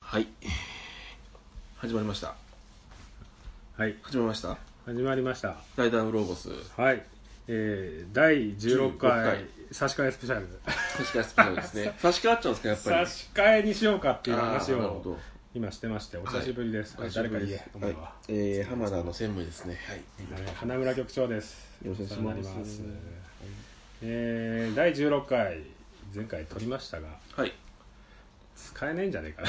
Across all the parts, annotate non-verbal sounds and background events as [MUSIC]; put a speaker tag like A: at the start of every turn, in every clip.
A: はい始まりました
B: はい、
A: 始まりました
B: 始まりました。
A: 大胆フローボス
B: はい、えー、第16
A: 16回
B: 回差し替えスペシャル。
A: 差し替えスペシャルです [LAUGHS] ね差し替わっちゃうんですかやっぱり
B: 差し替えにしようかっていう話
A: あーなるほ
B: を
A: ど
B: 今してまして、お久しぶりです。
A: はい
B: 誰か言
A: 久
B: え
A: し、
B: お
A: ぶり
B: 前
A: です
B: は
A: は。いえー浜田の専務ですねはい
B: はい花村局長です。
A: よろしくお
B: お世話
A: 願い
B: に
A: し
B: なり
A: ま
B: ますす。えー、第16回、前回撮りましたが、
A: はい
B: 使えないんじゃないかな。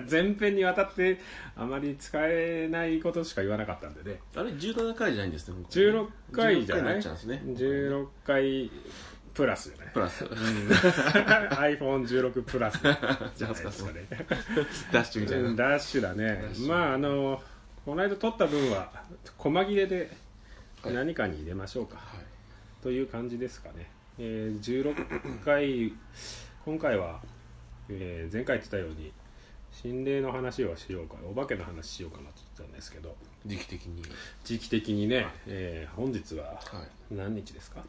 B: [LAUGHS] 前編にわたってあまり使えないことしか言わなかったんでね。
A: あれ17回じゃないんですね今回
B: 16回じゃ
A: 16回に
B: ない
A: なっちゃうんですね
B: ?16 回プラスじゃない
A: プラス
B: [LAUGHS]
A: [LAUGHS]
B: iPhone16 プラスじゃないですかね。
A: ダッシュみたいな
B: ダッシュだね
A: ダッシ。ュ
B: まあ、あの、この間取った分は、細切れで
A: はい
B: 何かに入れましょうか、
A: はい
B: という感じですかね。えー16回、今回は、えー前回言ってたように、心霊の話をしようか、お化けの話しようかなと言ったんですけど、
A: 時期的に
B: 時期的にね、えー本日は
A: はい
B: 何日ですか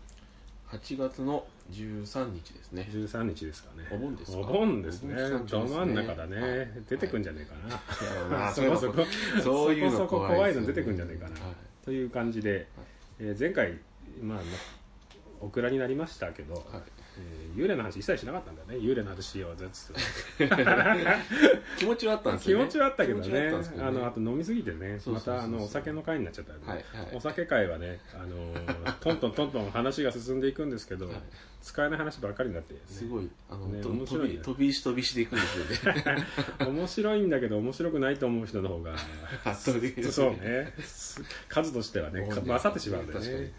A: 8月の13日ですね
B: 13日ですかね
A: お盆ですか
B: お盆です
A: お
B: ね
A: 盆期間中
B: ど
A: ですね
B: 真ん中だ
A: は
B: ね
A: い
B: 出てくんじゃねえか
A: い
B: な、
A: や [LAUGHS] まあ
B: そこそこ
A: そういうの
B: そこそこ
A: 怖
B: 怖
A: い
B: い
A: ですよね
B: の出てくんじゃないかな、
A: はい
B: という感じで、えー前回まあオクラになりましたけど、
A: はい
B: えー幽霊の話一切しなかったんだよね幽霊の話しようぜっ
A: [LAUGHS]
B: つって
A: 気持ちはあったんです
B: 気
A: よね
B: 持ちはあったけど
A: 気持ちは
B: ね
A: あったんですけど
B: あのあと飲みすぎてね
A: そうそうそうそう
B: またあのお酒の会になっちゃったんで、
A: はいはい
B: お酒会はねあのートントントントン話が進んでいくんですけど、
A: はい
B: 使えない話ばっかりになって、ね、
A: すごい、あの、
B: ね
A: と
B: 面
A: 飛
B: 白い
A: び、
B: ね
A: 飛び石飛び石でいくんですよ
B: [LAUGHS]
A: ね。
B: 面白いんだけど面白くないと思う人の方
A: [LAUGHS]
B: が
A: 圧倒的に
B: そう。ねす数としてはねか勝ってしまうんで
A: 確かに
B: ね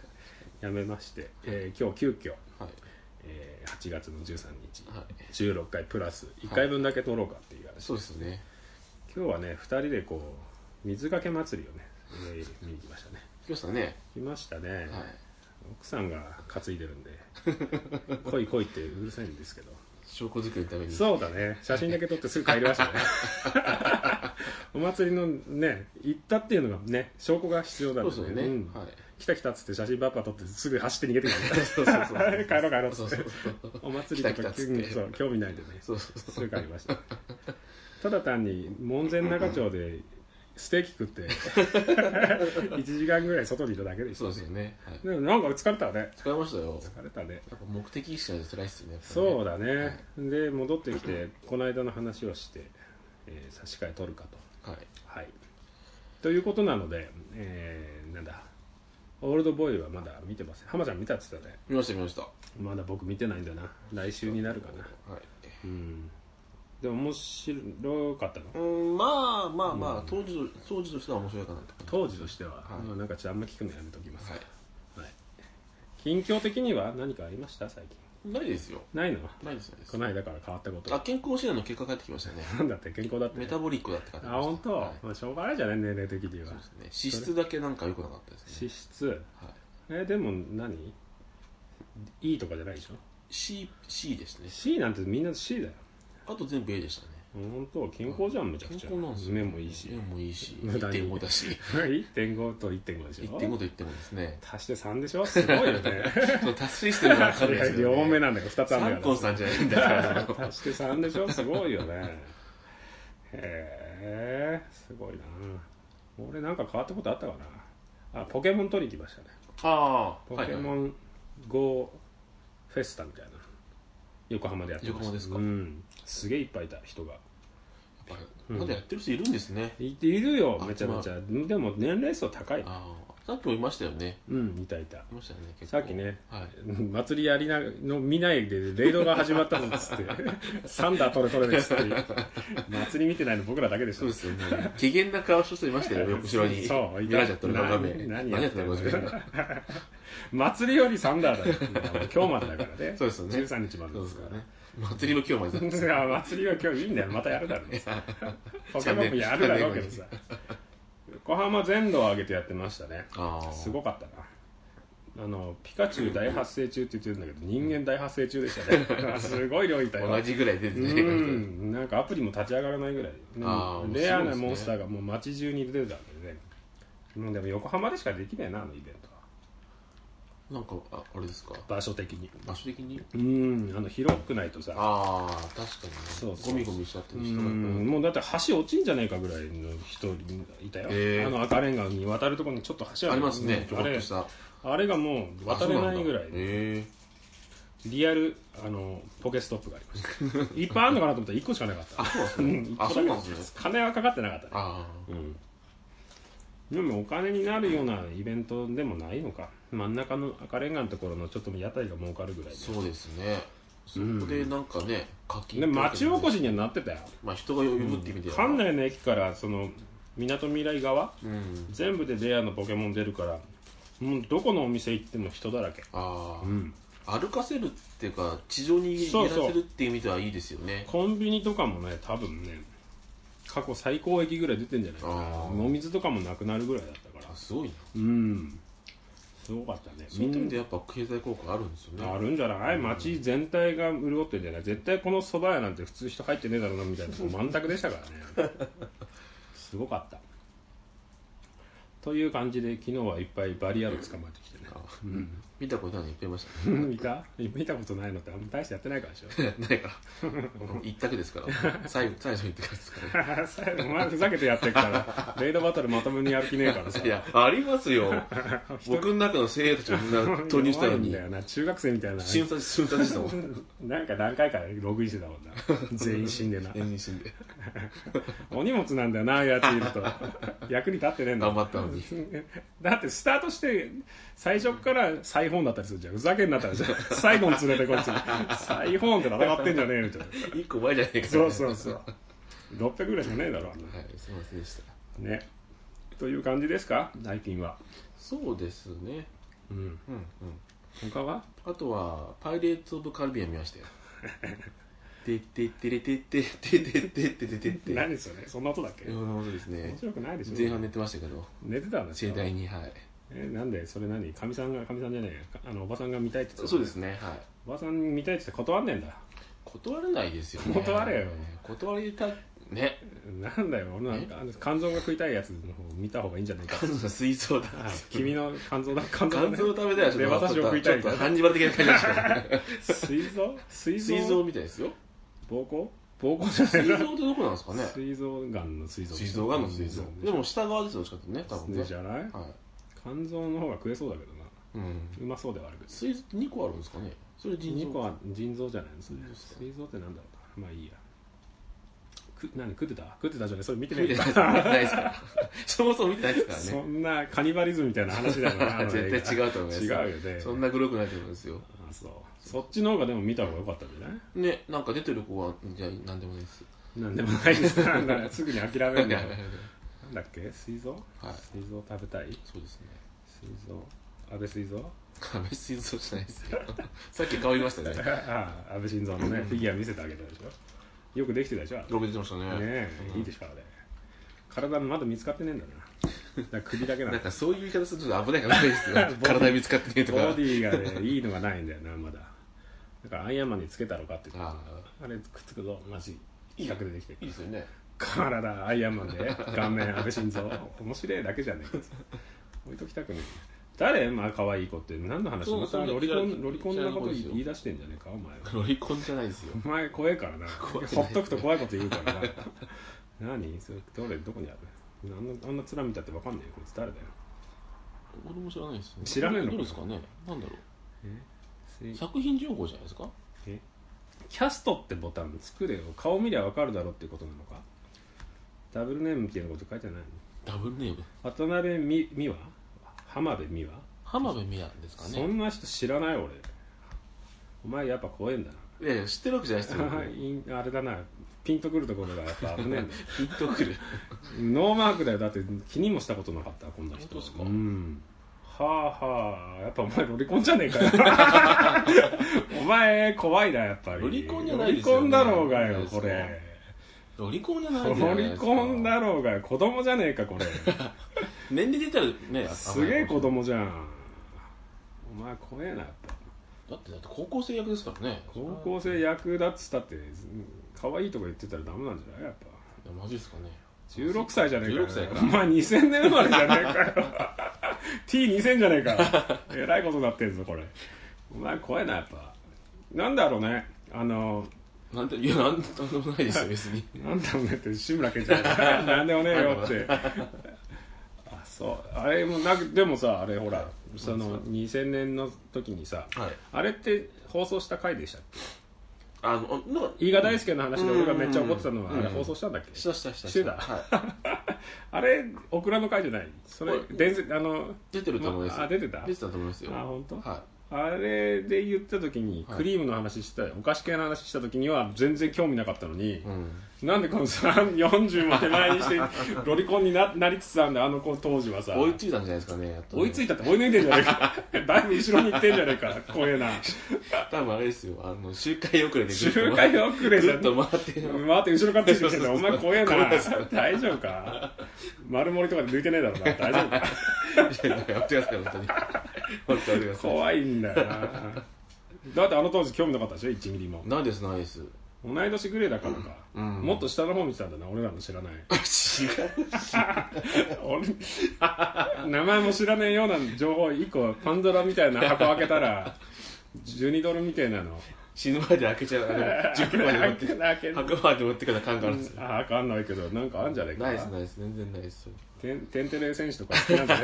B: やめまして、えー今日急遽、
A: はい。
B: えー8月の13日
A: はい。
B: 16回プラス1回分だけ取ろうかっていう話、
A: そうですよね。
B: 今日はね2人でこう水かけ祭りをね、えー見に来ましたね
A: きょうさんね、
B: 来ましたね、
A: はい。
B: 奥さんが担いでるんで来い来いってうるさいんですけど
A: 証拠作りのために。
B: そうだね写真だけ撮ってすぐ帰りました
A: [LAUGHS]
B: ねお祭りのね行ったっていうのがね証拠が必要だ
A: そうですよね。はい
B: ん。来た来たっつって写真ばっぱ撮ってすぐ走って逃げてくる [LAUGHS]
A: そうそうそう。
B: 帰ろう帰ろうっつ
A: そう
B: っ
A: そう
B: て
A: そう。
B: お祭り
A: 来た来
B: とか
A: たっつって
B: うんそう興味ないでね
A: そうそうそう。
B: すぐ帰りましたただ単に門前仲町でステーキ食って
A: [LAUGHS]
B: 1時間ぐらい外にいただけでし
A: そう
B: たね
A: ですよね。はい。
B: でもなんか疲れたね
A: 使いましたよ。
B: 疲れたね
A: やっぱ目的意識が辛いっすよね。やっぱね
B: そうだね、で戻ってきてこの間の話をして、えー差し替え取るかと
A: はい。
B: はいということなので、えーなんだオールドボーイはまだ見てません浜ちゃん見たって言ってたね
A: 見ました見ました。は。
B: まだ僕見てないんだな来週になるかないうんでも面白かったの
A: うん、まあまあまあ、当時と、当時としては面白いかなと。
B: 当時としては、
A: はい
B: うんなんかちょっとあんま聞くのやめときます、
A: はい。
B: はい近況的には何かありました最近
A: ないですよ。
B: ないの
A: ないですないです
B: この間から変わったこと
A: あ、健康診断の結果返ってきましたね。
B: なんだって健康だって
A: メタボリックだって書いてました
B: あ本当、
A: はい
B: まあ、しょうがないじゃない年齢的には
A: そうですね。脂質だけなんか良くなかったですね。
B: 脂質
A: はい、
B: えでも何 E とかじゃないでしょ
A: C、C ですね。
B: C なんてみんな C だよ
A: あと全部 A でしたね。
B: 本当健康じゃんめちゃく
A: 健
B: ちゃ
A: 康なんですよ
B: 目もいいし
A: 目もいいし。
B: 無駄に
A: 1.5だ
B: [LAUGHS]
A: し。
B: 1.5と1.5でしょ
A: 1.5と1.5です
B: [LAUGHS]
A: ね。
B: 足して3でしょすごいよね
A: そう達成してるのは分かるんですよ、ね。
B: 両目なんだけど2つあるんだ
A: 三
B: か
A: 根さんじゃないんだ
B: [LAUGHS]
A: から。
B: ら足して3でしょすごいよねへえすごいな俺なんか変わったことあったかなあポケモン取りに行きましたね
A: ああ、
B: ポケモ
A: はいはい
B: ン GO フェスタみたいな横浜でやってました
A: 横浜ですか
B: うん、すげえいっぱいいた人が
A: やっぱり
B: うん
A: まだやってる人いるんですね。
B: いているよ
A: あ
B: めちゃめちゃでも年齢層高い
A: ああ。さっきもいましたよね。
B: うんいたいた
A: いましたよね、結構
B: さっき。ね
A: はい。
B: 祭りやりなの見ないでレイドが始まったぞっつ
A: [LAUGHS]
B: ってサンダー取れ取れですって祭り見てないの僕らだけでし
A: そう
B: た
A: ですよね。 [LAUGHS] 機嫌な顔した人いましたよ、
B: [LAUGHS]
A: ね、後ろに。
B: そうい
A: 見
B: た
A: られちゃったの、画面。
B: 何何やってんの
A: 何やってんの
B: 祭りよりサンダーだよ今日までだからね
A: そうですよね
B: 13日まで
A: そう
B: で
A: ですす
B: か
A: よ
B: ら
A: ね。祭りも今日までだったんです
B: い
A: よ
B: や [LAUGHS] 祭りは今日いいんだよまたやるだろうポケモンもやるだろうけどさ横浜全土を挙げてやってましたね
A: ああ。
B: すごかったなあのピカチュウ大発生中って言ってるんだけど人間大発生中でした
A: [LAUGHS]
B: ねすごい量いたよ
A: 同じぐらい出て
B: う
A: ね
B: んなんかアプリも立ち上がらないぐらい、
A: あー
B: レア
A: そうで
B: な
A: すね
B: モンスターがもう街中に出てたんでねもうでも横浜でしかできないなあのイベントは
A: なんかああれですか
B: 場所的に
A: 場所的に
B: うんあの広くないとさ
A: ああ確かにね
B: そうそう
A: ゴミゴミしちゃって
B: う
A: る人がいっぱいい
B: ん
A: る
B: もうだって橋落ちんじゃねえかぐらいの人いたよ、
A: へー
B: あの赤レンガに渡るところにちょっと橋
A: ありますね
B: うん
A: ちょこ
B: あ
A: っ
B: れ
A: とした
B: あれがもう渡れないぐらい
A: あそうなんだへ
B: リアルあのポケストップがありまし
A: [LAUGHS]
B: たいっぱいあるのかなと思ったら1個しかなかった
A: あそうなんですね
B: ん
A: あそうなんですね
B: 金はかかってなかったね
A: あ
B: うんでもお金になるようなイベントでもないのか真ん中の赤レンガのところのちょっと屋台が儲かるぐら
A: あ
B: いで
A: そうですねそこでなんかね課金
B: で町おこ
A: し
B: しにはなってたよ
A: まあ人が呼ぶって意味では
B: 館内の駅からそのみなとみらい側
A: うん
B: 全部でレアのポケモン出るからもうどこのお店行っても人だらけ
A: あ
B: うん
A: あ歩かせるっていうか地上にい
B: そう
A: ら
B: そう
A: せるっていう意味ではいいですよね
B: コンビニとかもね多分ね過去最高益ぐらい出てんじゃないか
A: あ
B: な
A: ー
B: お水とかもなくなるぐらいだったから
A: あすごいな
B: うんすごかったね
A: そういった意味でやっぱ経済効果あるんですよね
B: あるんじゃない街全体が潤ってんじゃない絶対この蕎麦屋なんて普通人入ってねえだろうなみた
A: [LAUGHS]
B: いなとこ満卓でしたからねすごかったという感じで昨日はいっぱいバリアル捕まえてきてね
A: あ見たことないのいっぱいいまし
B: 見た見たことないのってあんま大してやってないからでしょ [LAUGHS]
A: たねないから一択ですから最後最初に言ってからですか
B: 最後お前ふざけてやってるからレイドバトルまともにやる気ねえからさ
A: らいやありますよ僕の中の精鋭たちをみんな投入したの
B: 弱いん
A: に
B: だよな中学生みたいな
A: 瞬殺瞬殺したもん
B: なんか何回かログインしてたもんな全員死んでな
A: [LAUGHS] 全員死んで
B: お荷物なんだよなああいうやつ
A: [LAUGHS]
B: いると役に立ってねえんだ
A: 頑張ったのに
B: だってスタートして最初から再本だったりするじゃんふざけんなったらじゃん最後に連れてこいつ再本って戦ってんじゃねえみたいな
A: 一個前じゃないか
B: そうそう
A: う
B: そう600ぐらいしかねえだろあんな
A: はいすいませんでした
B: ねという感じですか最近は
A: そうですね
B: うん
A: うんうん
B: 他は
A: あとは「パイレーツ・オブ・カルビアン」見ましたよてってってれてってってってってってってってって
B: 何それそんな音だっけ
A: うん本当ですね
B: 面白くないでしょ
A: 前半寝てましたけど
B: 寝てたんです
A: 盛大にはい
B: えなんでそれ何かみさんがかみさんじゃねえやあのおばさんが見たいって言ってた
A: そうですねはい
B: おばさん見たいって言って断んねえんだ
A: 断れないですよね
B: 断れよ
A: 断りたね
B: なんだよ俺なんかあの肝臓が食いたいやつの方見た方がいいんじゃないか
A: 肝臓の水槽だ
B: あ君の肝臓だ肝臓だ
A: 肝
B: ね
A: 臓のためでは
B: レバ刺しを食いたいみ
A: ちょ
B: た
A: っ
B: い
A: と
B: な
A: 半ニバル的な感じでした
B: [LAUGHS]
A: ね
B: 膵臓膵臓
A: 水槽みたいですよ
B: 膀胱膀胱じゃ
A: 水
B: な
A: 槽
B: い
A: ってどこなんですかね
B: な膵臓がんの膵臓
A: 水槽がの水槽で
B: でも
A: も下側ですよしかもね多分ね
B: じゃない
A: は、
B: 肝臓の方が食えそうだけどない
A: うん、
B: うまそうではあるけど
A: 水槽って2個あるんですかねそれ腎
B: 腎臓
A: 臓
B: は腎臓じゃないのそれ
A: 腎臓ですか
B: 膵臓ってなんだろうなまあいいやく何食ってた食ってたじゃないそれ見てね
A: 見
B: え
A: て
B: か
A: ないですから [LAUGHS] そもそも見てないですから
B: そ
A: ね
B: んなカニバリズムみたいな話だよなあの映画
A: [LAUGHS] 絶対違うと思います
B: 違うよね
A: そんなグロくないと思うんですよ
B: あそうそっちの方がでも見た方が良かったんじゃない
A: ねなんか出てる子はじゃあ何でもないです
B: なんでもないですなんだすぐに諦めるんだ
A: [LAUGHS]
B: よなんだっけ膵臓
A: はい
B: 膵臓食べたい
A: そうですね
B: 膵臓安倍膵臓
A: 安倍水槽じゃないですよさっき変わりましたね
B: [LAUGHS] ああ安倍晋三のねフィギュア見せてあげたでしょよくできてたでしょあれ
A: ロベ出てましたね
B: ねえいいでしょあれ体まだ見つかってねえんだなだから首だけな
A: なんん
B: だ
A: かそういう言い方するとちょっと危ないからないですよ
B: [LAUGHS] ボディ
A: 体見つかってねえと
B: ボ
A: か
B: ディがねいいのがないんだよなまだだからアイアンマンにつけたろかって言って
A: あ
B: あれくっつくぞマジ比較でできてる
A: あいいですよね
B: 体アイアンマンで顔面安倍晋三面白いだけじゃねえか置いときたくない誰まあ可愛い子って何の話
A: そう
B: また
A: そう
B: ロリコ
A: 嫌
B: ン
A: い
B: ロリコンなこ
A: 嫌いな
B: と
A: 子ですよ
B: 言い出してんじゃねえかお前は
A: ロリコンじゃないですよ
B: お前怖えからな
A: 怖い
B: ほっとくと怖いこと言うからな何それどれどこにあるあんなあんな面見たって分かんねえよこいつ誰だよ
A: 俺も知らないですよ
B: 知らないのか
A: どうですかねなんだろ
B: え
A: う作品情報じゃないですか
B: えキャストってボタン作れよ顔見りゃ分かるだろってことなのかダブルネームみたいなこと書いてないの
A: ダブルネーム
B: 渡辺美美和浜辺美和
A: 浜辺美也ですか
B: そ
A: ね
B: んな人知らない俺お前やっぱ怖えんだな
A: いやいや知ってるわけじゃない
B: [LAUGHS]
A: ですよ
B: いんあれだなピンとくるところがやっぱ危ねえんだ [LAUGHS]
A: ピンとくる
B: ノーマークだよだって気にもしたことなかったこんな
A: 本
B: 人
A: 当ですか
B: うんはあはあやっぱお前ロリコンじゃねえか
A: [LAUGHS]
B: よお前怖いなやっぱり
A: ロリコンじゃないですよ
B: ロリコンだろうがよ
A: そうで
B: こ
A: すよ
B: れ
A: ロリコンじゃないじゃ
B: ロ
A: ない
B: リ
A: ですか
B: コンだろうがよ子供じゃねえかこれ
A: 年齢出たらね
B: すげえ子
A: だ
B: 供じゃん
A: [LAUGHS]
B: お前怖えなやっぱ
A: ってだって高校生役ですからね
B: 高校生役だっつったってうん可愛いとか言ってたらダメなんじゃないやっぱ
A: いやマジですかね
B: 16歳じゃねえかよ [LAUGHS]
A: 16歳か
B: お前2000年生まれじゃねえかよ [LAUGHS] T2000 じゃねえか [LAUGHS] えらいことになってんぞこれお前怖いなやっぱなんだろうねあの
A: なんていやなんともないですよ別に
B: なんだろうねって志村けんじゃない [LAUGHS] なんでもねえよってあそうあれもなくでもさあれほらその2000年の時にさ
A: はい
B: あれって放送した回でしたっけ
A: あのあなんか
B: 飯賀大輔の話で俺がめっちゃ怒ってたのは
A: うん
B: あれ放送したんだっけ
A: したしたした
B: してた
A: はい
B: あれオクラの回じゃないそれ
A: これ
B: 伝説あの
A: 出てると思いますよ
B: あ出てた
A: 出てたと思いますよ
B: あ本当
A: は
B: あれで言った時に
A: はい
B: クリームの話した、お菓子系の話した時には全然興味なかったのに
A: い、う、ん、
B: なんでこの3 40まで前にしてロリコンにななりつつあるんだあの子当時はさ
A: 追いついたんじゃないですかねやっとね
B: 追いついたって追い抜いてんじゃねえか [LAUGHS] だいぶ後ろに行ってんじゃねえか怖えな
A: 多分あれですよあの周回遅れで
B: 周
A: ずっと回
B: 回遅れじ
A: ず
B: ゃ
A: っ
B: ん
A: と回って
B: 回って後ろからついてきてんだお前怖えな
A: 怖 [LAUGHS] いですよ
B: 大丈夫か丸森とかで抜いてねえだろうな大丈夫か
A: いややってください本当に [LAUGHS] 本当にやってください
B: 怖いんだよなだってあの当時興味なかったでしょ1ミリも
A: ないですないです [LAUGHS] 違
B: 同い年ぐらいだからか、
A: ん
B: もっと下の方見てたんだな俺らの知らない
A: う
B: 俺 [LAUGHS] 名前も知らねえような情報1個パンドラみたいな箱開けたら12ドルみたいなの
A: 死ぬまで開けちゃうあの10分まで持って
B: 開け
A: 白馬で持ってから感があるんですよ
B: あ分かんないけどなんかあんじゃねえか
A: ないですないです全然ない [LAUGHS] ですよ
B: テンテンテレ選手とか好きなんだ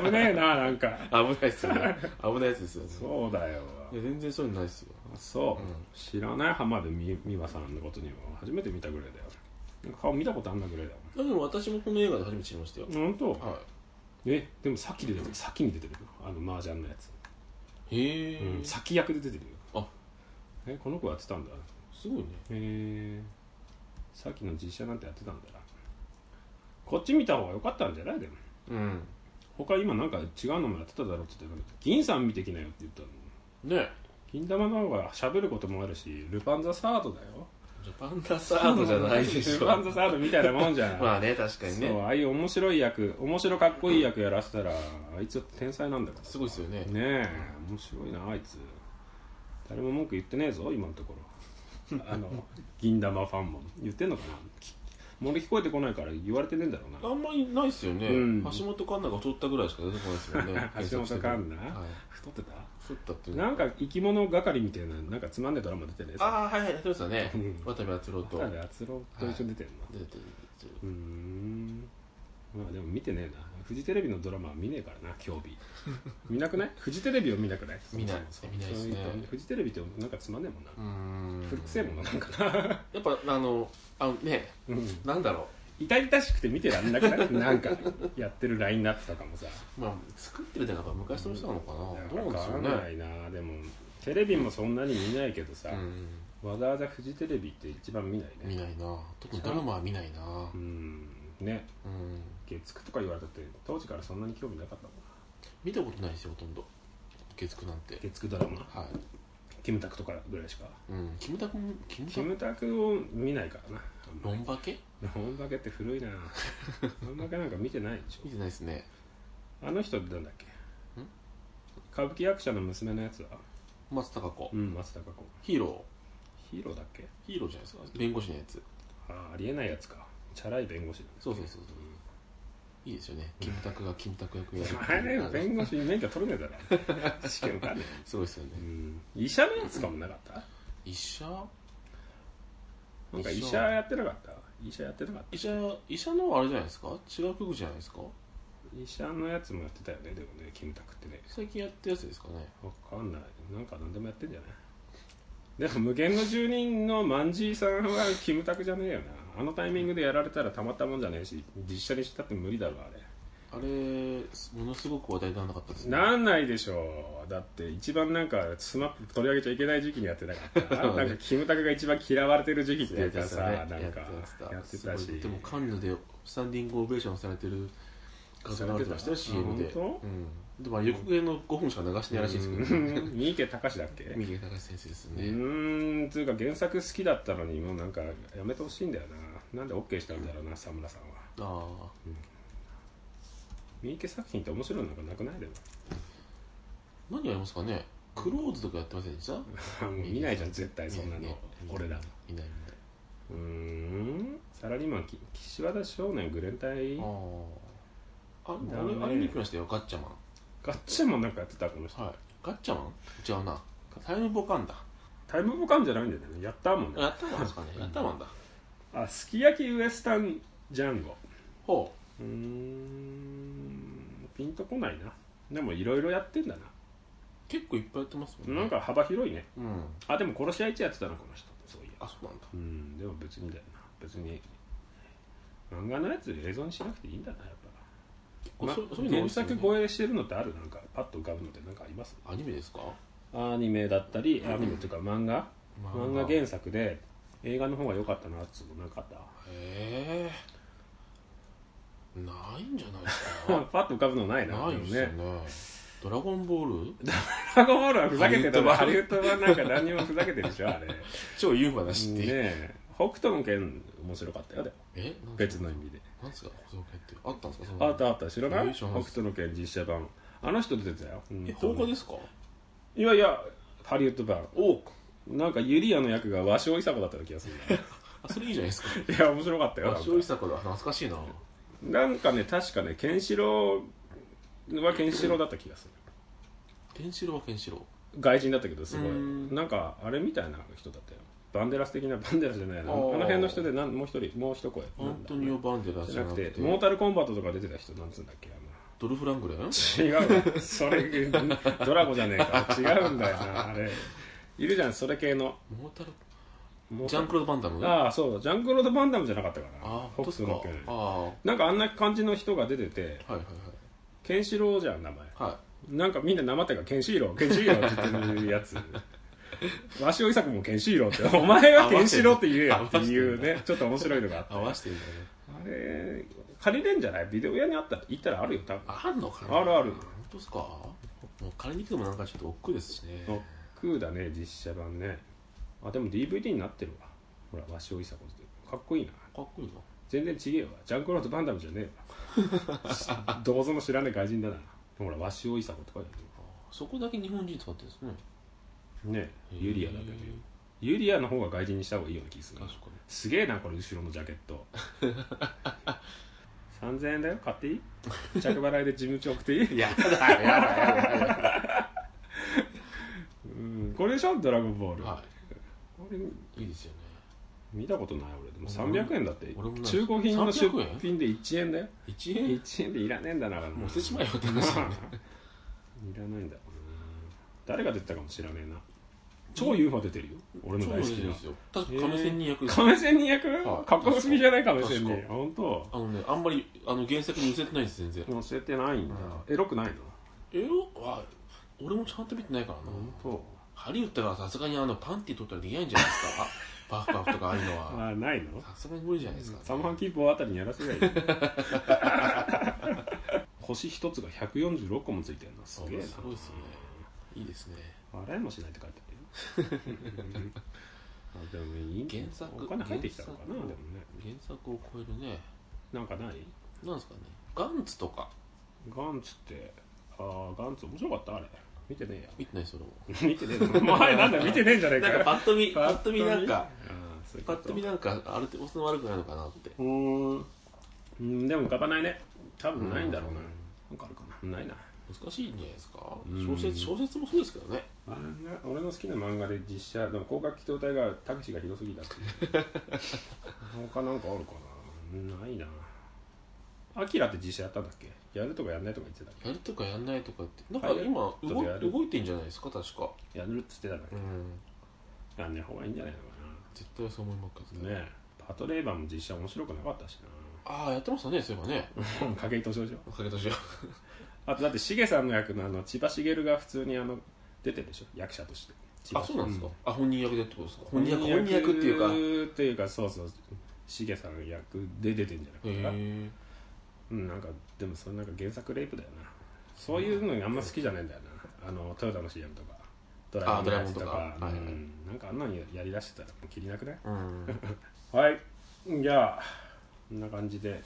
B: ね [LAUGHS] 危ねえななんか
A: 危ないですよね危ないやつですよね
B: そうだよ
A: いや全然そういうのないですよ
B: あそう、知らない浜辺美美和さんのことには初めて見たぐらいだよなんか顔見たことあんなぐらいだよ
A: いやでも私もこの映画で初めて知りましたよ
B: 本当
A: は
B: えでもさっき出てるさっきに出てるよあの麻雀のやつ、
A: いへえ、
B: うん、先役で出てるよ
A: あ
B: えこの子やってたんだ
A: すごいね
B: へえさっきの実写なんてやってたんだなこっち見た方が良かったんじゃないでも
A: うん
B: 他今なんか違うのもやってただろうって言ってなんだっけ銀さん見てきなよって言ったの
A: ね
B: 銀玉の方が喋ることもあるしルパンザサードだよ
A: ジャパンダサードじゃないでし
B: ル
A: ょ
B: パンザサードみたいなもんじゃ
A: [LAUGHS]
B: ん、
A: まあね確かに
B: そう
A: ね
B: ああいう面白い役面白かっこいい役やらせたらあいつ天才なんだから
A: すごいですよね
B: ねえ面白いなあいつ誰も文句言ってねえぞ今のとこ
A: [LAUGHS]
B: ろあの銀玉ファンも言ってんのかなきもう俺聞こえてこないから言われてねえんだろう
A: あんまりないですよね、
B: うん
A: 橋本環奈が撮ったぐらいしか出てこないですよ
B: [LAUGHS]
A: ね
B: 橋本環奈
A: はい
B: な太ってた
A: 撮ったっていう
B: なんか生き物係みたいななんかつまんでドラマ出てねえ
A: ああはいはいやってましたね
B: うん
A: 渡部篤郎と
B: 渡辺篤郎と一緒に出てるの、
A: 出てる
B: うーんまあでも見てねえなフジテレビのドラマは見ねえからな今日日見な
A: [LAUGHS]
B: くないフジテレビを見なくない
A: 見ない
B: そう
A: 見ないですね
B: そういうとフジテレビってなんかつまんねえもんな、
A: うーん
B: 古くせえもんななんかな、
A: やっぱあのあのね
B: うん
A: なんだろ
B: 痛々しくて見てらんなくない
A: [LAUGHS]
B: なんかやってるラインナップとかもさ
A: うまあ作ってるだから昔の人なのかなどうなんでしょう
B: わ
A: ね
B: かんないなでもテレビもそんなに見ないけどさ、
A: うん
B: わざわざフジテレビって一番見ない
A: 見
B: ね
A: ないな特にドラマは見ないなう
B: う
A: ん
B: ね
A: ん
B: 月9とか言われたって当時からそんなに興味なかったもんな
A: 見たことないですよほとんど月9なんて
B: 月9ドラマ
A: はい
B: キムタクとかぐらいしか
A: うんキムタクもキムタ
B: キ
A: ク
B: ムタクを見ないからな
A: ロンバケ
B: 日本化けって古いな日本化けなんか見てないでし
A: 見てないですね
B: ょあの人出たんだっけ歌舞伎役者の娘のやつは
A: 松たか子
B: うん松たか子
A: ヒーロ
B: ヒーローだっけ
A: ーヒーローじゃないですか弁護士のやつ
B: あーありえないやつかチャラい弁護士だね
A: そうそうそうそういいですよねキムタクがキムタク役をやる
B: お前ね
A: あの
B: 弁護士に免許取れねえ
A: [LAUGHS]
B: だろ試験受かんね
A: そうですよ
B: え、う
A: ね
B: ん、医者のやつかもなかった
A: 医者
B: なんか医
A: 医者
B: 者やってなかった医者やってなかっ
A: 医者医者のあれじゃないですか違う曲じゃないですか
B: た医者のやつもやってたよねでもねキムタクってね
A: 最近やってるやつですかね
B: わかんないなんか何でもやってんじゃないでも無限の住人のマンジーさんはキムタクじゃねえよなあのタイミングでやられたらたまったもんじゃねえし実写にしたって無理だろあれ
A: あれものすごく話題にならなかったですね
B: なんないでしょうだって一番なんかスマップ取り上げちゃいけない時期にやってなか
A: [LAUGHS]
B: ったななんかキムタクが一番嫌われてる時期っていうかさ、
A: や
B: なん
A: ってた
B: か
A: ね
B: や
A: やっ
B: っ
A: てて
B: た
A: たやって
B: した
A: すごいでもカンヌでスタンディングオベーションされてる画像流れてましたよ
B: されてた
A: CM で
B: あ本当
A: うんでもあれ予告編の5分しか流してないらしいですけどね
B: うん三池隆だっけう
A: 三木隆先生ですね
B: ーんつうか原作好きだったのにもうなんかやめてほしいんだよななんで OK したんだろうな沢村さんは
A: あ
B: 三池作品って面白いのなんかな
A: [LAUGHS]
B: くないでも
A: あ何やりますかねクローズとかやってませんでした
B: もう見ないじゃん絶対そんなの俺ら
A: 見ない見ないう
B: ーんサラリーマンき岸和田少年グレン隊
A: あああれ
B: だね
A: あれあれ見に来ましたよガッチャマン
B: ガッチャマンなんかやってたこの人
A: はいガッチャマン違うなタイムボカンだ
B: タイムボカンじゃないんだよねやったもんね
A: やったマンですかねやったマンだ
B: あすき焼きウエスタンジャンゴ
A: ほ
B: うーんピンとこないなでもいろいろやってんだな
A: う結構いっぱいやってますもんね
B: なんか幅広いね
A: うん
B: あでも殺し合いっちやってたのこの人そういや
A: あそうなんだ
B: うんでも別にだよな別に漫画のやつ映像にしなくていいんだなやっぱな、ま
A: そそういうの多い
B: 原
A: っすよね
B: 作超えしてるのってあるなんかパッと浮かぶのってなんかあります
A: アニメですか
B: アニメだったりアニメというか漫画、漫画
A: へ
B: 原作で映画の方が良かったなっつうのなかった
A: えないんじゃないです
B: パ
A: か
B: ッと浮かぶの [LAUGHS] ないな
A: ないで
B: でも
A: すよねドラゴンボー
B: [LAUGHS]
A: ル
B: ドラゴンボールはふざけてたなハ
A: ハ
B: リ
A: リ
B: ウッド版なんか何にもふざけてるでしょあれね
A: 超有名な話って、
B: え北斗の拳面白かったよでも
A: えなん
B: 別の意味で
A: なんですか補足編ってあったんですかそんな
B: あ
A: の
B: ったあった知らない
A: え知
B: 北
A: らない
B: 斗の拳実写版あの人出てたよ
A: え
B: うんと
A: 放火ですか
B: いやいやハリウッド版
A: おう
B: なんかユリアの役が和尚伊佐子だったような気がする
A: [LAUGHS] あそれいいじゃない [LAUGHS] ですか
B: ないや面白かったよなんか
A: 塩井久子だ懐かしいな
B: なんかね確かねケンシロウはケンシロウだった気がする
A: ケンシロウはケンシロウ
B: 外人だったけどすご
A: う
B: い
A: ん
B: なんかあれみたいな人だったよバンデラス的なバンデラスじゃないなあの
A: あー
B: 辺の人でなんもう一人もう一声
A: アントニオ・バンデラ
B: じゃなくてモータルコンバットとか出てた人なんつうんだっけあ
A: ドルフ・ラングレン
B: の違うわそれドラゴじゃねえか違うんだよなあれいるじゃんそれ系の
A: モータル
B: もう
A: ジャンクロード・バンダム
B: ああそうジャンクロード・バンダムじゃなかったかな
A: あ
B: 北
A: 本当です
B: 斗
A: か
B: の拳
A: ああは
B: なんかあんな感じの人が出てて
A: いはい
B: ケンシロウじゃん名前
A: はいは
B: なんかみんな生手がケンシーローケンシーローって言ってるや
A: [LAUGHS]
B: つわしおいさくもケンシーローってお前はケンシーローって言えよっていうねちょっと面白いのがあって
A: い合わせてるんだね
B: あれ借りれんじゃないビデオ屋にあったら行ったらあるよ多分
A: あんのかな
B: あるある
A: 本当ですかもう借りに行くのもなんかちょっと億劫ですしね
B: ノックだね実写版ねあでも DVD になってるわほらわしおいさこってかっこいいな
A: かっこいいな
B: 全然違えわジャンクロード・バンダムじゃね
A: [LAUGHS]
B: えわどうぞも知らない外人だなほらわしおいさことかだ
A: あーそこだけ日本人使ってるんですね
B: ねユリアだけど
A: へー
B: ユリアの方が外人にした方がいいような気がするな
A: 確かに
B: すげえなこれ後ろのジャケッ
A: [LAUGHS]
B: ト3000円だよ買っていい着払いで事務所送ってい
A: [LAUGHS]
B: い
A: やだやだやだや
B: うんこれでしょドラゴンボール、
A: だは
B: これ
A: いいいですよね
B: 見たことない俺でも
A: 俺も
B: 300円だって
A: 俺もない
B: 中古品の出
A: 300円
B: 品で1円だよ
A: 1円
B: 1円でいらねえんだな
A: もう捨てしまえよって話だよね
B: [LAUGHS] いらないんだうん誰が出てたかも知らねえな超 UFO 出てるよ俺の
A: 超
B: 大
A: 嬉し
B: 好き
A: い
B: な
A: ですよ確か亀仙人役です
B: 亀仙人役、
A: はい
B: かっこよすぎじゃない亀仙
A: 確
B: 人
A: か
B: 本当。
A: あのねあんまりあの原作に寄せてないです全然
B: 載せてないんだ、エロくないの
A: エロは俺もちゃんと見てないからな
B: 本当。
A: ハリウッドはさすがにあのパンティ取ったらできないんじゃないです
B: [LAUGHS]
A: かパフパフとかああいうのは
B: あないの
A: さすがに無理じゃないですか
B: サムハンキーポーあたりにやらせりゃいいね [LAUGHS] 星一つが146個もついてるなす
A: そう
B: げえな
A: すごいですねいいですね
B: 笑いもしないって書いて
A: [LAUGHS]
B: あるよあでもいいんだ
A: 原作
B: お金入ってきたのかなで
A: 原
B: も
A: 作
B: ね
A: 原作を超えるね
B: なんかない
A: なんですかねガンツとか
B: ガンツってああガンツ面白かったあれ見てね
A: 見てないそれも
B: えや [LAUGHS] 見てねえの前なんだ見てねえんじゃねえか
A: なんかパッと見パ
B: [LAUGHS]
A: ッと見なんか
B: あーそういう
A: パ
B: こ
A: ッと見なんかあれって押すの悪くないのかなって
B: うーんうんでも浮かばないね多分ないんだろうななんかあるかなないな
A: 難しいんじゃないですか
B: うん
A: 小説小説もそうですけどね
B: 漫画俺の好きな漫画で実写でも広角機動隊がタクシーがひどすぎだっていう
A: [LAUGHS]
B: 他なんかあるかなないなアキラって実写やったんだっけやるとかやんないとか言ってた
A: や
B: っ
A: るとかやんないとかってなん
B: は
A: か
B: い
A: 今
B: ちょっとや
A: 動
B: る
A: い動いてんじゃないですか確か
B: けやるっつってたんだっ
A: うん
B: けやんない方がいいんじゃないのか
A: 絶対そう思いますけど
B: なねえパトレーバーも実写面白くなか [LAUGHS] ったし
A: ああやってましたねそういえばね
B: な影井敏夫でしょ
A: おかげでしょ
B: あとだってしげさんの役のあの千葉茂が普通にあの出てるでしょ役者として
A: あそうなんですか、あ本人役でってことですか
B: う
A: 本
B: ん
A: 人役本人役っていうかへ
B: うかっていうかそうそうしげさんの役で出てんじゃなかったかな
A: え
B: うん、なんかでもそれなんか原作レイプだよなそういうのあんま好きじゃないんだよなあのトヨタの CM とかドラえもんのやつとか
A: あドラえもんとかはいはい
B: うん、なんかあんなのややりだしてたらもう切りなくない
A: うん
B: はいじゃあこんな感じで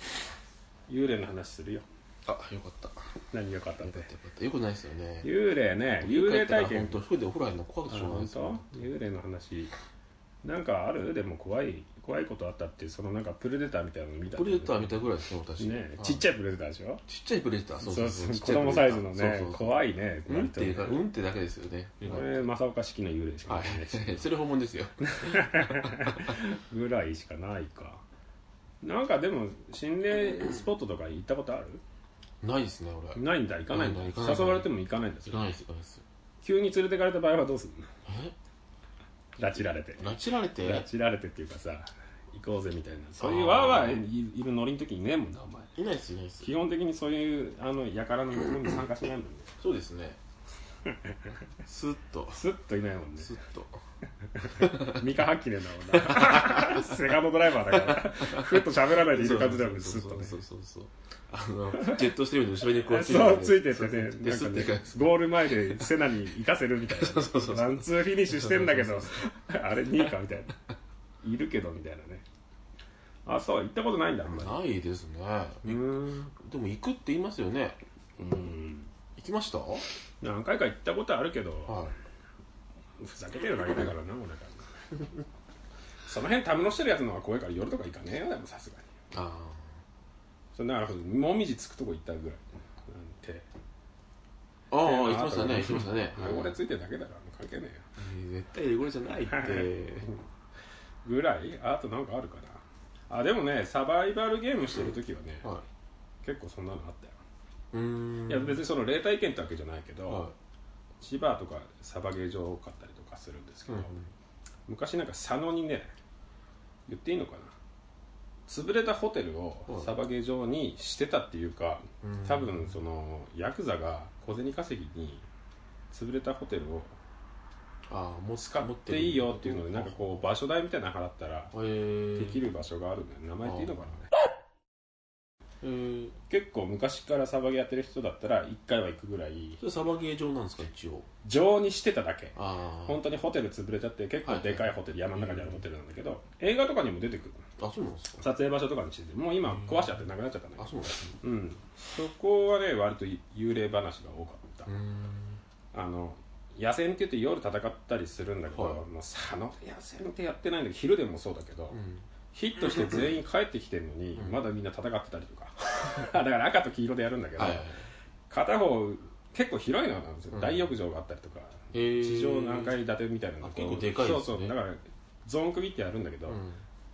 B: 幽霊の話するよ
A: あよかったよか
B: 何よかったっ
A: った
B: て
A: よかったよくないですよね
B: 幽霊ね幽霊体験
A: 本当一人でお風呂入るの怖くてしょうがない
B: 本
A: ですよ
B: 当幽霊の話なんかあるでも怖い怖いことあったってそのなんかプレデターみたいなの見た
A: プレデター見
B: た
A: たぐらいですね私
B: ね
A: はい
B: ちっちゃいプレデターでしょ
A: ちっちゃいプレデター
B: そうそう
A: ちっ
B: 子
A: ちゃいプ
B: 供
A: レデタ
B: サ
A: ー
B: イズのね
A: そうそう
B: 怖いね
A: うんっていうか
B: こ
A: うんってだけですよね
B: れ正岡式の幽霊しか
A: は
B: ないね、
A: [LAUGHS] いそれ本物ですよ
B: ぐらいしかないかなんかでも心霊スポットとか行ったことある
A: ないですね俺
B: ないんだ行かないんだ
A: ないんだ行かないんだ
B: 誘われても行かないんだ
A: 知らないですよないです
B: 急に連れてかれた場合はどうするの
A: え
B: 拉致られて
A: 拉致られて
B: 拉致られてっていうかさ行こうぜみたいなそういうわーわーいいるノリの時にねえもんなお前
A: いないですいないです
B: 基本的にそういうあのやからのものに参加しないもんね
A: そうです
B: [LAUGHS]
A: ねスッと
B: スッといないもんね
A: スッと
B: 三河八記念だもんな [LAUGHS] セカンドドライバーだからふっと喋らないでいる感じだもんねスッとね
A: そうそうそうそうあのジェットストリームの後ろにこう
B: そうつい
A: て
B: てってね
A: で
B: なん
A: ス
B: か
A: ッていか
B: ね
A: ない
B: ゴール前でセナに行かせるみたいな
A: そうそうそう
B: ワンツーフィニッシュしてんだけど
A: そ
B: あれ2位かみたいないるけどみたいなねあそう行ったことないんだあんま
A: ないですね
B: りうん
A: でも行くって言いますよね
B: うん
A: 行きましたは
B: 何回か行ったことあるけど
A: い
B: ふざけてるだけだからな俺らその辺たむろしてるやつの方が怖いから夜とか行かねえよでもさすがに
A: あ
B: それだからもみじつくとこ行ったぐらいなんて
A: あああ
B: 手
A: 行きまし
B: の
A: たね行
B: 跡
A: きました
B: [LAUGHS]
A: ね
B: 汚れついてるだけだからもう関係ねえよ
A: うん絶対汚れじゃないって
B: ぐらいあとなんかあるかなあでもねサバイバルゲームしてる時はね
A: は
B: 結構そんなのあったよ、
A: いうーん
B: いや別にその霊体験ってわけじゃないけど、
A: は
B: 千葉とかサバゲー場多かったりとかするんです
A: い
B: け
A: う
B: ど、
A: ん
B: 昔なんか佐野にね言っていいのかな潰れたホテルを
A: はい
B: サバゲー場にしてたっていうか、
A: うん
B: 多分そのヤクザが小銭稼ぎに潰れたホテルを
A: ああもう
B: 使っていいよっていうのでなんかこう場所代みたいなの払ったら
A: うへえ
B: できる場所があるんだよ名前っていいのかな
A: えー
B: 結構昔からサバゲーやってる人だったら1回は行くぐらい
A: それサバゲー場なんですか一応
B: 情にしてただけ
A: あ
B: 本当にホテル潰れちゃって結構でかいホテル山の中にあるホテルなんだけど映画とかにも出てくる
A: ああそうなんですか
B: 撮影場所とかにしててもう今壊しちゃってなくなっちゃったね
A: あそうなんですね
B: うんそこはね割と幽霊話が多かった
A: うーん
B: あの野戦って言って夜戦ったりするんだけど、
A: はい
B: もう佐野って野戦ってやってないんだけど昼でもそうだけど、
A: うん
B: ヒットして全員帰ってきてるのに、
A: うん
B: まだみんな戦ってたりとか [LAUGHS] だから赤と黄色でやるんだけど、
A: はいはいはい
B: 片方結構広いのなんですよ、
A: うん
B: 大浴場があったりとか
A: へー
B: 地上何階建てみたいなの
A: あ結構でかいです
B: そ
A: ね
B: うそうだからゾーン区切ってやるんだけど、
A: うん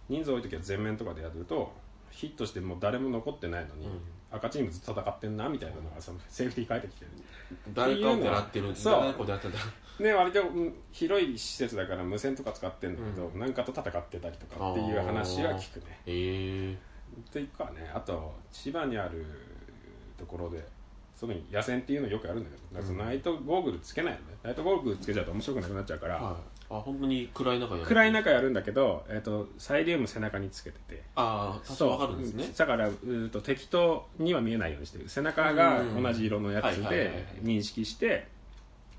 B: 人数多い時は全面とかでやるとヒットしてもう誰も残ってないのに、
A: うん
B: 赤チームずっと戦ってんなみたいなのがそのセーフティー帰ってきてる
A: 誰かを狙ってるんです
B: そう
A: 誰かを狙ってるんだ
B: で割とうん広い施設だから無線とか使ってんだけど、なんかと戦ってたりとかっていう話は聞くね
A: へえ
B: っていうかねあと千葉にあるところでその野戦っていうのよくやるんだけど、だからそのナイトゴーグルつけないのねナイトゴーグルつけちゃうと面白くなくなっちゃうから、
A: はいあ本当に暗い中やる
B: 暗い中やるんだけど、えー、とサイリウム背中につけてて
A: ああ多少わかるんですね
B: そうだからうーんと敵とには見えないようにしてる背中が同じ色のやつ
A: うんはいはいはい
B: で認識して、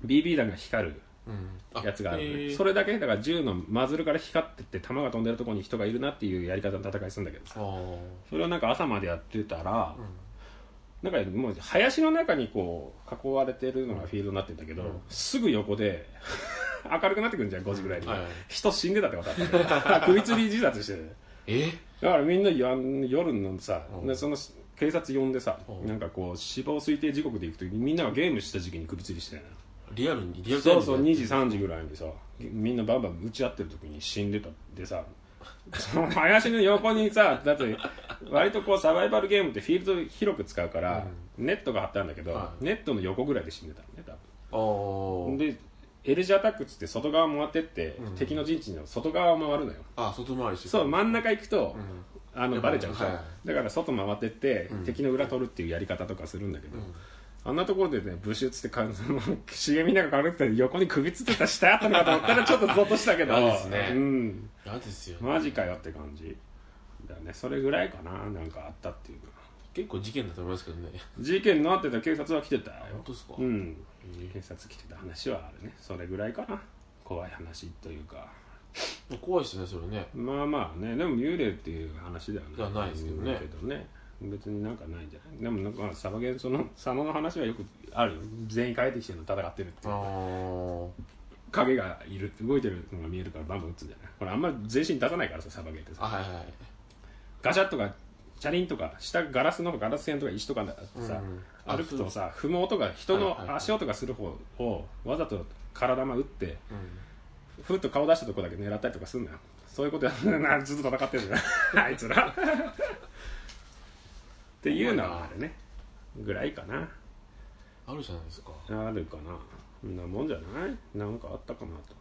B: BB 弾が光る
A: うん
B: やつがあるのね、
A: へー
B: それだけだから銃のマズルから光ってって弾が飛んでるところに人がいるなっていうやり方の戦いするんだけどさ
A: あー
B: それをなんか朝までやってたら、なんかもう林の中にこう囲われてるのがフィールドになってるんだけど、
A: うん
B: すぐ横で [LAUGHS] 明るくなってくるんじゃん5時ぐらいに、
A: はいはい
B: 人死んでたってことあったから首吊り自殺してる
A: え
B: だからみんなやん夜のさ、
A: うん
B: でその警察呼んでさ、
A: うん
B: なんかこう死亡推定時刻で行くときにみんながゲームした時期に首吊りしてるのよ
A: リアルにリアルタイ
B: そ
A: ム
B: う
A: で
B: そう2時3時ぐらいにさみんなバンバン打ち合ってる時に死んでたってさその林の横にさだって割とこうサバイバルゲームってフィールド広く使うから、ネットが張ってあるんだけど、
A: はい
B: ネットの横ぐらいで死んでたのね多
A: あー
B: 分で L 字アタックっつって外側回ってって、
A: うん
B: 敵の陣地の外側を回るのよ
A: あ外回りして
B: そう真ん中行くと、
A: ん
B: あのバレちゃうでしょ、
A: はい
B: だから外回ってって、
A: ん
B: 敵の裏取るっていうやり方とかするんだけど、
A: ん
B: あんなところでねブシュッつってか [LAUGHS] 茂みなんか軽くて横に首つってた下あったのかと思ったらちょっとゾッとしたけど
A: 嫌ですね
B: うん、
A: 嫌ですよね
B: マジかよって感じだねそれぐらいかななんかあったっていうのは
A: 結構事件だと思いますけどね
B: 事件のあってた警察は来てたよ
A: 本当ですか
B: うん
A: え
B: 警察来てた話はあるねそれぐらいかな怖い話というか
A: ー怖いですねそれね
B: まあまあねでも幽霊っていう話ではない
A: ではないですけどね
B: けどね別になんかないんじゃないでもなんかサバゲンその佐野の話はよくあるよ全員帰ってきてるの戦ってるっていう
A: あ
B: 影がいる動いてるのが見えるからバンバン打つんじゃないこれあんま全身出さないからさサバゲーって
A: あ
B: さ
A: はいはいはい
B: ガシャッとかチャリンとか下ガラスのガラス線とか石とかだってさ、
A: うんあ
B: 歩くとさ踏もうとか人
A: はいはいはい
B: の足音がする方をわざと体ま打って
A: うん
B: ふっと顔出したとこだけ狙ったりとかすんなよそういうことやるなずっと戦ってる [LAUGHS] じゃんあいつらっていうのはあるねぐらいかな
A: あるじゃないですか
B: あるかなそんなもんじゃないなんかあったかなと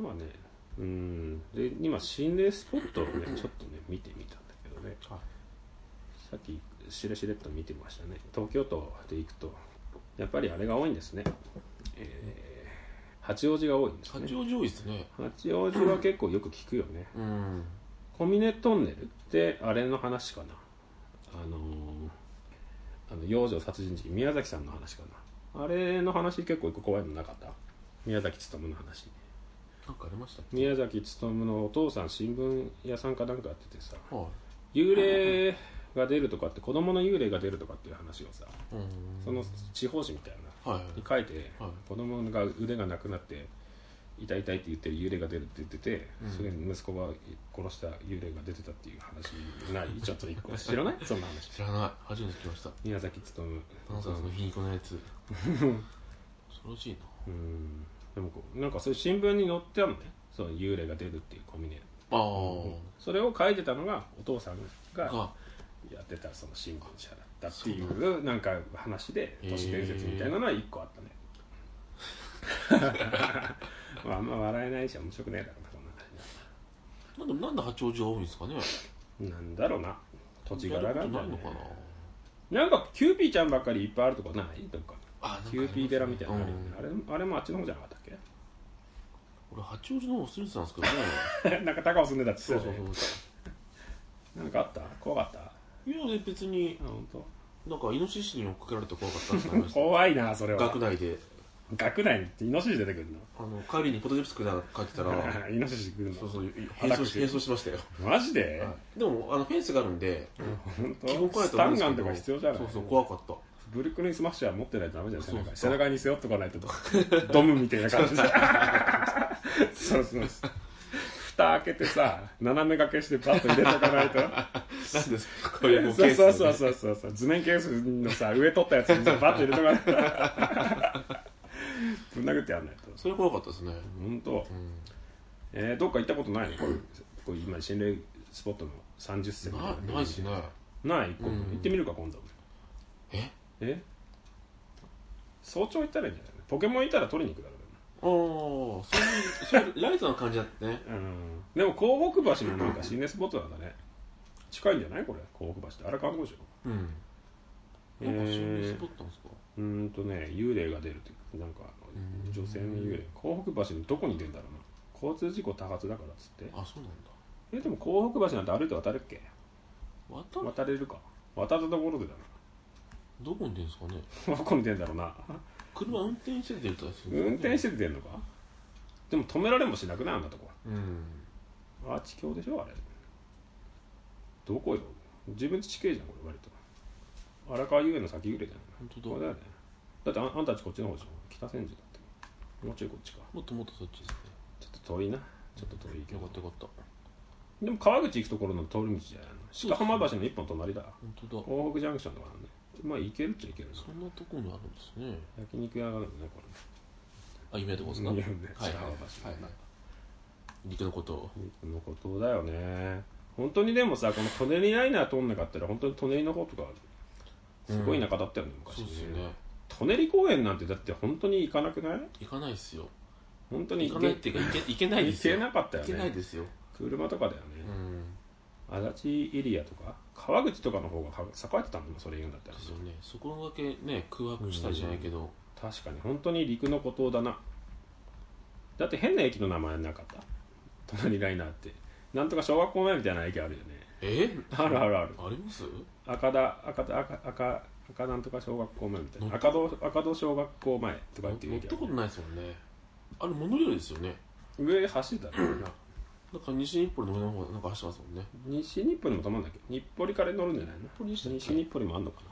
B: まあねうんで今心霊スポットをねちょっとね見てみたんだけどね
A: はい
B: さっきしれしれっと見てましたね東京都で行くとやっぱりあれが多いんですね、えー八王子が多いんですね
A: 八王子多いですね
B: 八王子は結構よく聞くよね
A: うん
B: 小峰トンネルってあれの話かなあのーあの養生殺人事件宮崎さんの話かなあれの話結構一個怖いのなかった宮崎勉の話
A: なんかありましたっけ
B: 宮崎勉のお父さん新聞屋さんかなんかやっててさ
A: は
B: 幽霊が出るとかって子供の幽霊が出るとかっていう話をさ
A: いうん
B: その地方紙みたいな
A: はい
B: に書いて、
A: はい
B: 子供が腕がなくなって痛い痛いって言ってる幽霊が出るって言ってて、
A: うん
B: それに息子が殺した幽霊が出てたっていう話ない [LAUGHS] ちょっと一個知らないそんな話
A: 知らない初めて聞きました
B: 宮崎勤
A: なんかその皮肉なや
B: [LAUGHS]
A: つ恐ろしい
B: うんでもこうなんかそういう新聞に載ってあるのねその幽霊が出るっていうコミュニ
A: なあ
B: それを書いてたのがお父さん
A: あ
B: が
A: が
B: やってたその新聞社だったっていうなんか話で都市伝説みたいなのは一個あったね、
A: [LAUGHS]
B: まああんま笑えないし面白くねえだろうなそんな
A: なんでなんで八王子が多いんですかね
B: 話なんだろうな土地柄なんだ
A: な
B: よ
A: いの
B: ね
A: かな
B: なんかキューピーちゃんばっかりいっぱいあるとこないどっか
A: あ
B: キューピー寺みたいなのあるよね
A: うん
B: あれあれもあっちの方じゃなかったっ
A: 俺八王子の方住んでたんです
B: [LAUGHS]
A: けどね
B: けなんか高尾住んでたって
A: そ
B: 言
A: う
B: ってた
A: そう
B: よね
A: そ
B: なんかあった怖かったあ
A: ういやね別に
B: 本当。
A: なんかイノシシに追っかけられて怖かったってなりました
B: 怖いなそ [LAUGHS] れは
A: 学内で
B: 学内にイノシシ出てくる
A: あの帰りにポテトチップス食いながら帰ってたら
B: の [LAUGHS] イノシシ来るの
A: そうそう並走し並走しましたよ
B: マジで、
A: でもあのフェンスがあるんで
B: 本当
A: 基本怖い
B: ス
A: と思
B: タ
A: うんですけ
B: ンガン
A: ど
B: とか必要じゃない
A: そうそう怖かった
B: ブルックリンスマッシャー持ってないとダメじゃん背
A: そう
B: 中に背中に背負っとかないとドムみたいな感じでそうそうそう蓋開けてさ斜め掛けしてバッと入れとかないと
A: なんですかこういう [LAUGHS] もうケ
B: そう
A: ース
B: そうそう
A: う
B: そうそうそう図面ケースのさ上取ったやつにバッと入れとかないとぶん殴ってやんないと
A: それ怖かったですね
B: 本当、
A: うん
B: えー、どっか行ったことないのこういうこういう今心霊スポットの30世
A: なないですね
B: ない今度
A: うん
B: 行ってみるか今度
A: え
B: え早朝行ったらいいんじゃないポケモンいたら取りに行くだろ
A: ああそういうそういうライトな感じだったね
B: うねうんでも港北橋もなんか心霊スポットなんだね近いんじゃないこれ港北橋ってあれ観光地よ
A: うんなんか心霊スポットなんですか
B: うーんとね幽霊が出るってなんか
A: うん
B: 女性の幽霊港北橋のどこに出るんだろうな交通事故多発だからっつって
A: あそうなんだ
B: えでも港北橋なんて歩いて渡れるっけ
A: 渡る
B: 渡れるか渡ったところでだ [LAUGHS]
A: どこに出るんですかね
B: などこに出るんだろうな
A: 車運転して出るとかする
B: 運
A: んですかね
B: 転して出るのかでも止められもしなくないあんなとこ
A: うん
B: アーチ橋でしょあれどこよ自分地形じゃんこれ割と荒川遊園の先ぐらいじゃない
A: 本当
B: これ
A: だ
B: だよねだってあんあんたたちこっちの方でしょ北千住だってもうちょいこっちか
A: もっともっとそっちですね
B: ちょっと遠いなちょっと遠いけ
A: よかった
B: ど
A: よかった
B: でも川口行くところの通り道じゃないの鹿浜橋の一本隣だ
A: 本当だ
B: 東北ジャンクションとかなんでまあ行けるっちゃ行けるな
A: そんなとこにあるんですね
B: 焼肉屋があるんだねこ
A: あ夢でござい
B: れ
A: ます
B: ね
A: かはい
B: 鹿
A: はい
B: 浜橋
A: はいはい肉のことを
B: のことだよね本当にでもさこのトネリライナー通んなかったら本当にトネリの方とかすごい中だったよね、昔
A: そうですよね
B: 舎ね舎人公園なんてだって本当に行かなくない
A: 行かないっすよ
B: 本当に
A: 行かないっていうか行け行けないです
B: 行
A: よ
B: けなかったよ
A: 行けない
B: ね
A: ですよ
B: 車とかだよ
A: う
B: ね、
A: ん
B: 足立エリアとか川口とかの方がか栄えてたんだもんそれ言うんだったら
A: ですよねそこだけね空白したりじゃないけど
B: 確かに本当に陸の孤島だなだって変な駅の名前なかった隣ライナーってなんとか小学校前みたいな駅あるよね
A: え
B: あるあるある
A: あります
B: 赤田赤田赤赤赤なんとか小学校前みたいな
A: 乗っ
B: 赤戸赤戸小学校前と
A: 乗
B: か言
A: っ
B: っていう
A: た
B: 駅あ
A: こと
B: る
A: ないですもんねあれモノレールですよね
B: 上走った
A: [CLEARS THROAT]
B: らいいな
A: なんか西日暮里の上の方なんか走ってますもんね
B: 西日暮里も止まんだっけ日暮里から乗るんじゃないの
A: 日暮里でしたっけ
B: 西日暮里もあんのか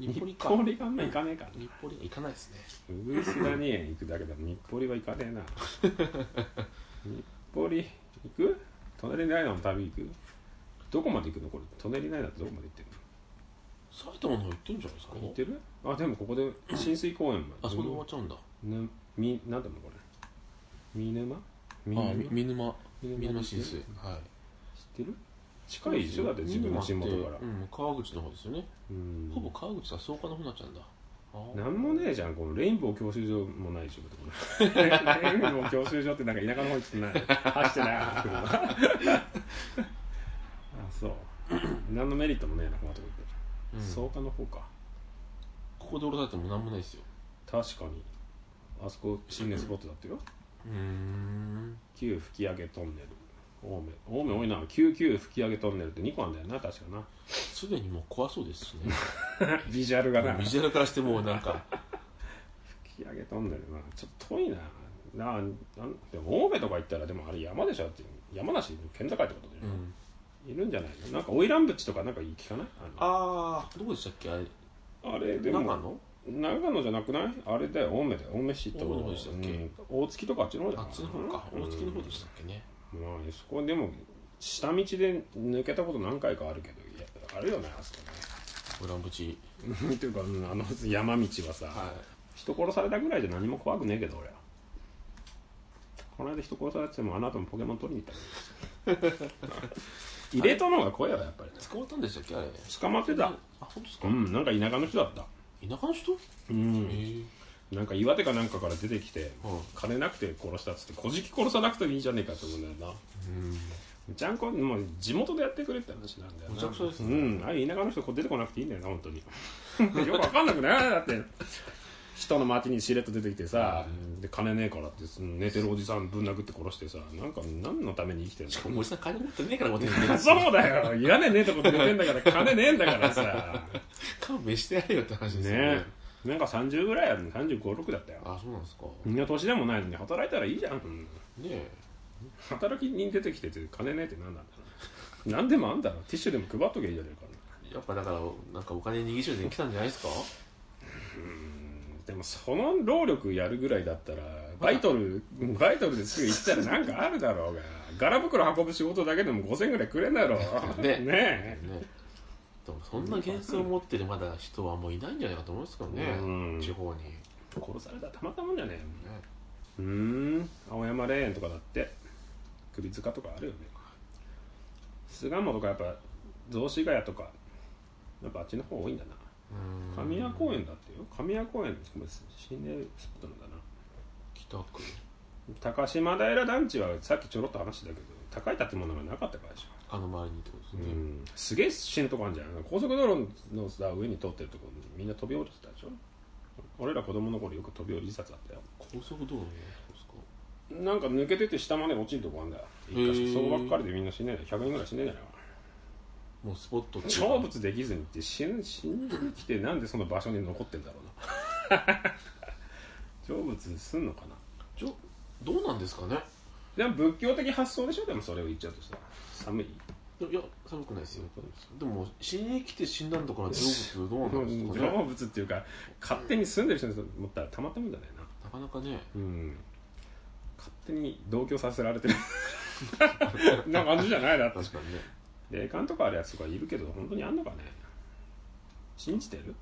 A: 日暮里か
B: 日暮里があんま行かねえから
A: 日暮里行かないですね
B: ウグイス谷園行くだけだ日暮里は行かね
A: [LAUGHS]
B: えな日暮里行く隣にないのも旅行くどこまで行くのこれ隣にないだってどこまで行ってる
A: 埼玉の方行ってんじゃないですか
B: の行ってるあでもここで浸水公園まで
A: あそこで終わっちゃうんだ
B: ぬみなんだもこれ見沼見
A: あ
B: 沼
A: み
B: 知っ
A: 見沼
B: 見沼
A: 見沼新水はい
B: てる近い一緒だって自分の地元
A: 見
B: か
A: 沼
B: ら
A: ってうん、川口の方ですよね、
B: うん
A: ほぼ川口は草加の方になっちゃうんだあー
B: なんもねえじゃんこのレインボー教習所もないでしょこ
A: [LAUGHS]
B: れレインボー教習所ってなんか田舎の方にちょっとない走ってない車あ
A: [LAUGHS]
B: そう何のメリットもねえなこのとこ
A: うん
B: 草加の方か
A: ここで降ろされても何もないですよ
B: 確かにあそこ心霊スポットだってよ
A: うーん
B: 旧吹上トンネル青梅青梅多いな旧旧吹上トンネルって2個あんだよな確かな
A: すでにもう怖そうですしね
B: ビジュアルがな
A: ビジュアルからしてもうなんか
B: 吹上トンネルなちょっと遠いななあなんでも青梅とか行ったらでもあれ山でしょだって山梨の県境ってことだよね、
A: うん
B: いるんじゃないのなんか花魁淵とかなんか聞かないあ
A: ああどこでしたっけあれ
B: のあれでも
A: 長野
B: 長野じゃなくないあれだよ青梅だよ青梅市って
A: 青梅の方でしたっけ
B: うん大月とかあっちの方じゃ
A: あ
B: な
A: っちの方か
B: うん
A: 大月の方でしたっけね
B: まあそこでも下道で抜けたこと何回かあるけどいやあるよねあそこ
A: ブランブチ
B: ね [LAUGHS] っていうか、うんあの山道はさ、
A: はい
B: 人殺されたぐらいじゃ何も怖くねえけど俺はこの間人殺されててもあの後もポケモン取りに行ったの入れたの方が怖いわやっぱり
A: 捕まったんでしたっけあれ
B: 捕まってた
A: あ本当です
B: う
A: か
B: んなんか田舎の人だった
A: 田舎の人
B: うん
A: えー
B: なんか岩手かなんかから出てきて、
A: [LAUGHS] うん
B: 金なくて殺したっつって小じき殺さなくてもいいじゃねえかと思うんだよ
A: うん
B: なちゃんこもう地元でやってくれって話なんだよな
A: むちゃくちゃですね
B: うんああいう田舎の人こう出てこなくていいんだよな本当に [LAUGHS] よくわかんなくないだって人の町にしれっと出てきてさ、で金ねえからってその寝てるおじさんぶん殴って殺してさなんか何のために生きてるの
A: おじさん金持ってねえから持ってんだよ
B: そうだよ屋根ねえとこ出てんだから金ねえんだからさ
A: 勘弁してやれよって話ですよ
B: ねえなんか30ぐらいやる3 5 6だったよ
A: あそうなんですか
B: みんな年でもないのに働いたらいいじゃん
A: ねえ
B: 働きに出てきてて金ねえって何なんだろう何でもあんだろティッシュでも配っときゃいいじゃねえか
A: やっぱだからなんかお金握りしめてきたんじゃないですか
B: うんでもその労力やるぐらいだったらバイトルバイトルですぐ行ったらなんかあるだろうが柄袋運ぶ仕事だけでも5000ぐらいくれんだろう
A: ね
B: [LAUGHS] ね
A: ねでもそんな幻想を持ってるまだ人はもういないんじゃないかと思うんですけどね、
B: うん
A: 地方に、ね、
B: え殺されたらたまったもんじゃねえうーん青山霊園とかだって首塚とかあるよね巣鴨とかやっぱ雑司ヶ谷とかやっぱあっちの方多いんだな
A: うん
B: 神谷公園だってよ神谷公園ごめん心霊スポットなんだな
A: 北区
B: 高島平団地はさっきちょろっと話したけど高い建物がなかったからでしょ、
A: あの周りにってことですね、
B: うん、すげえ死ぬとこあるんじゃない高速道路のさ上に通ってるとこみんな飛び降りてたでしょ俺ら子供の頃よく飛び降り自殺あったよ
A: 高速道路のとこですか
B: なんか抜けてて下まで落ちるとこあんだよ一
A: へ
B: 箇
A: ー
B: 所そこばっかりでみんな死ねない100人ぐらい死ねないか
A: もうスポットって
B: な
A: いうか
B: 成仏できずにって死ん死んできてなんでその場所に残ってんだろ [LAUGHS] うな成仏すんのかな
A: ちょどうなんですかね
B: でも仏教的発想でしょでもそれを言っちゃうとしたら寒い
A: いやいや寒くないですよでも死に来て死んだんだから成仏どう
B: う
A: なん
B: ん
A: ですかね
B: 成仏っていうか勝手に住んでる人に思ったらたまったもんじゃないな
A: なかなかね
B: うん勝手に同居させられてるな感じじゃないだって
A: 確かにね
B: 霊感とかあるやつとかいるけど本当にあんのかね信じてる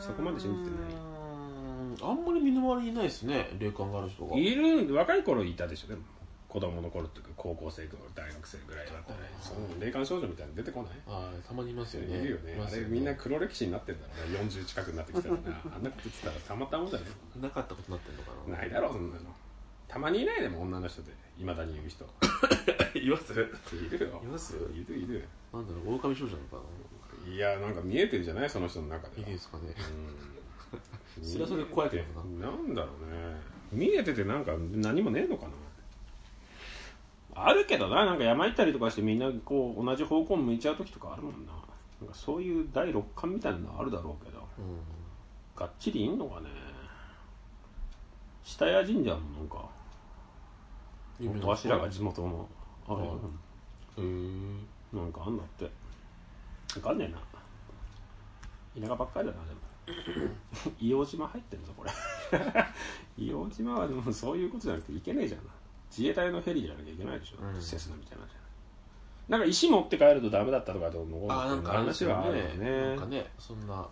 B: そこまで信じてないう
A: ーんあんまり身の回りにいないですね霊感がある人が
B: いる若い頃いたでしょでも子供の頃っていうか高校生とか大学生ぐらいだったらその霊感少女みたいなの出てこない
A: あーたまにいますよね
B: いるよね
A: ま
B: あ
A: す
B: れ
A: よ
B: みんな黒歴史になってるんだろうな40近くになってきたらなあんなこと言ってたらたまったもんじゃない
A: なかったことになってるのかな
B: ないだろうそんなのたまにいないでも女の人でいまだに言う人
A: います
B: いるよ
A: います
B: いるいる
A: なんだろう狼少女なのか
B: いやなんか見えてるじゃないその人の中
A: ない
B: で
A: い
B: は
A: ですかね
B: うん
A: それはそれで怖いけど
B: ななんだろうね見えててなんか何もねえのかなあるけどななんか山行ったりとかしてみんなこう同じ方向向いちゃう時とかあるもんななんかそういう第六感みたいなのあるだろうけど
A: うん
B: がっちりいんのかね下谷神社もなんかわしらが地元のあれ、
A: はいへえ
B: なんかあんだってわかんねえな田舎ばっかりだな
A: [LAUGHS]
B: でも硫黄島入ってんぞこれ [LAUGHS] 硫黄島はでもそういうことじゃなくて行けねえじゃん自衛隊のヘリじゃなきゃいけないでしょ、
A: うん
B: セスナみたいなのじゃないなんか石持って帰るとダメだったとかどうの
A: あーなんかあれです
B: 話
A: よ
B: はあるよ
A: なん
B: ね
A: かねそんな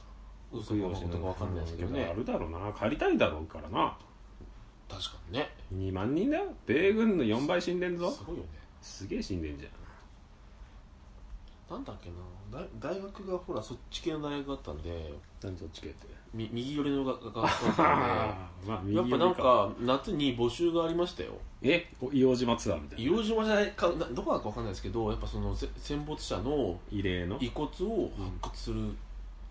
A: 嘘か本当かわかんないですけど
B: あ
A: ね
B: るだろうな借りたいだろうからな
A: 確かにね
B: 2万人だよ米軍の4倍死んでん
A: す
B: ぞ
A: ごいよね
B: すげえ死んでんじゃん
A: なんだっけな大大学がほらそっち系の大学だったんで
B: 何そっち系って
A: み右寄りの学学科だった [LAUGHS] ん
B: ああまあ
A: で
B: 右
A: やっぱ
B: 寄り
A: なんか夏に募集がありましたよ
B: えお硫黄島ツアーみたいな
A: 硫黄島じゃないかなどこだかわかんないですけどやっぱそのせ戦没者の
B: 異例の
A: 遺骨を発掘する、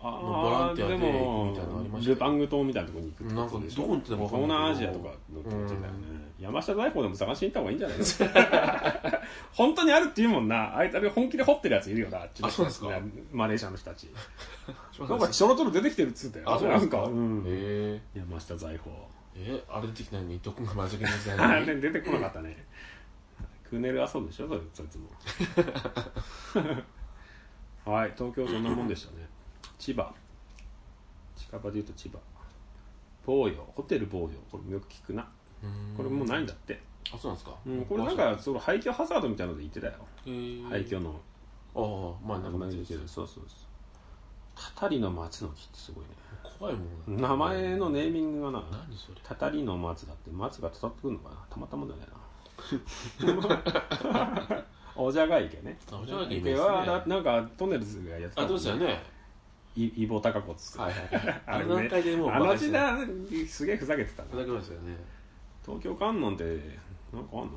B: ああ
A: ボランティアで
B: で
A: 行く
B: も
A: みたいなのありましたよ
B: ルパング島みたいなとこに行くってことでしょ
A: なんかどこに行ってたか
B: 東
A: わかんない
B: 南ア
A: け
B: ジ
A: ど
B: アとかのってことだよね、山下財宝でも探しに行った方がいいんじゃないですか [LAUGHS] 本当にあるっていうもんなあいつあれ本気で掘ってるやついるよなあっちの
A: あそうなんですか
B: マレーシアの人たちなんかちょろちょろ出てきてるっつって
A: あそうなんですか
B: うん
A: え
B: 山下財宝
A: ー、えあれ出てきないのにどこが真面目に出てな
B: [LAUGHS] あ
A: いの
B: れ
A: に
B: 出てこなかったねクーネルはそうでしょそれそいつも [LAUGHS] はい東京そんなもんでしたね千葉近場で言うと千葉防御ホテル防御これもよく聞くなこれもうないんだって、
A: あそうなんですか、
B: うん、これなんかその廃墟ハザードみたいなので言ってたよ
A: えー、
B: 廃墟の
A: ああまあ
B: な
A: なんんか
B: か同じ
A: 別
B: です
A: に
B: そうそうそうたたりの松の木ってすごいね
A: 怖いもんね
B: 名前のネーミングがな
A: 何それ
B: たたりの松だって松がたたってくるのかなたまったもんだよね
A: [LAUGHS]
B: なおじゃが池ね
A: あおじゃが池いいですね
B: 池はななんかトンネルズがやって
A: あ
B: もん
A: どうしたよね
B: いイボタカコっつって
A: はいはいあ
B: あ
A: れ
B: れ
A: 何
B: ね
A: 回でもう
B: あの時
A: だ
B: 代すげえふざけてたな
A: ふざけましたよね
B: 東京観音ってなんかあんの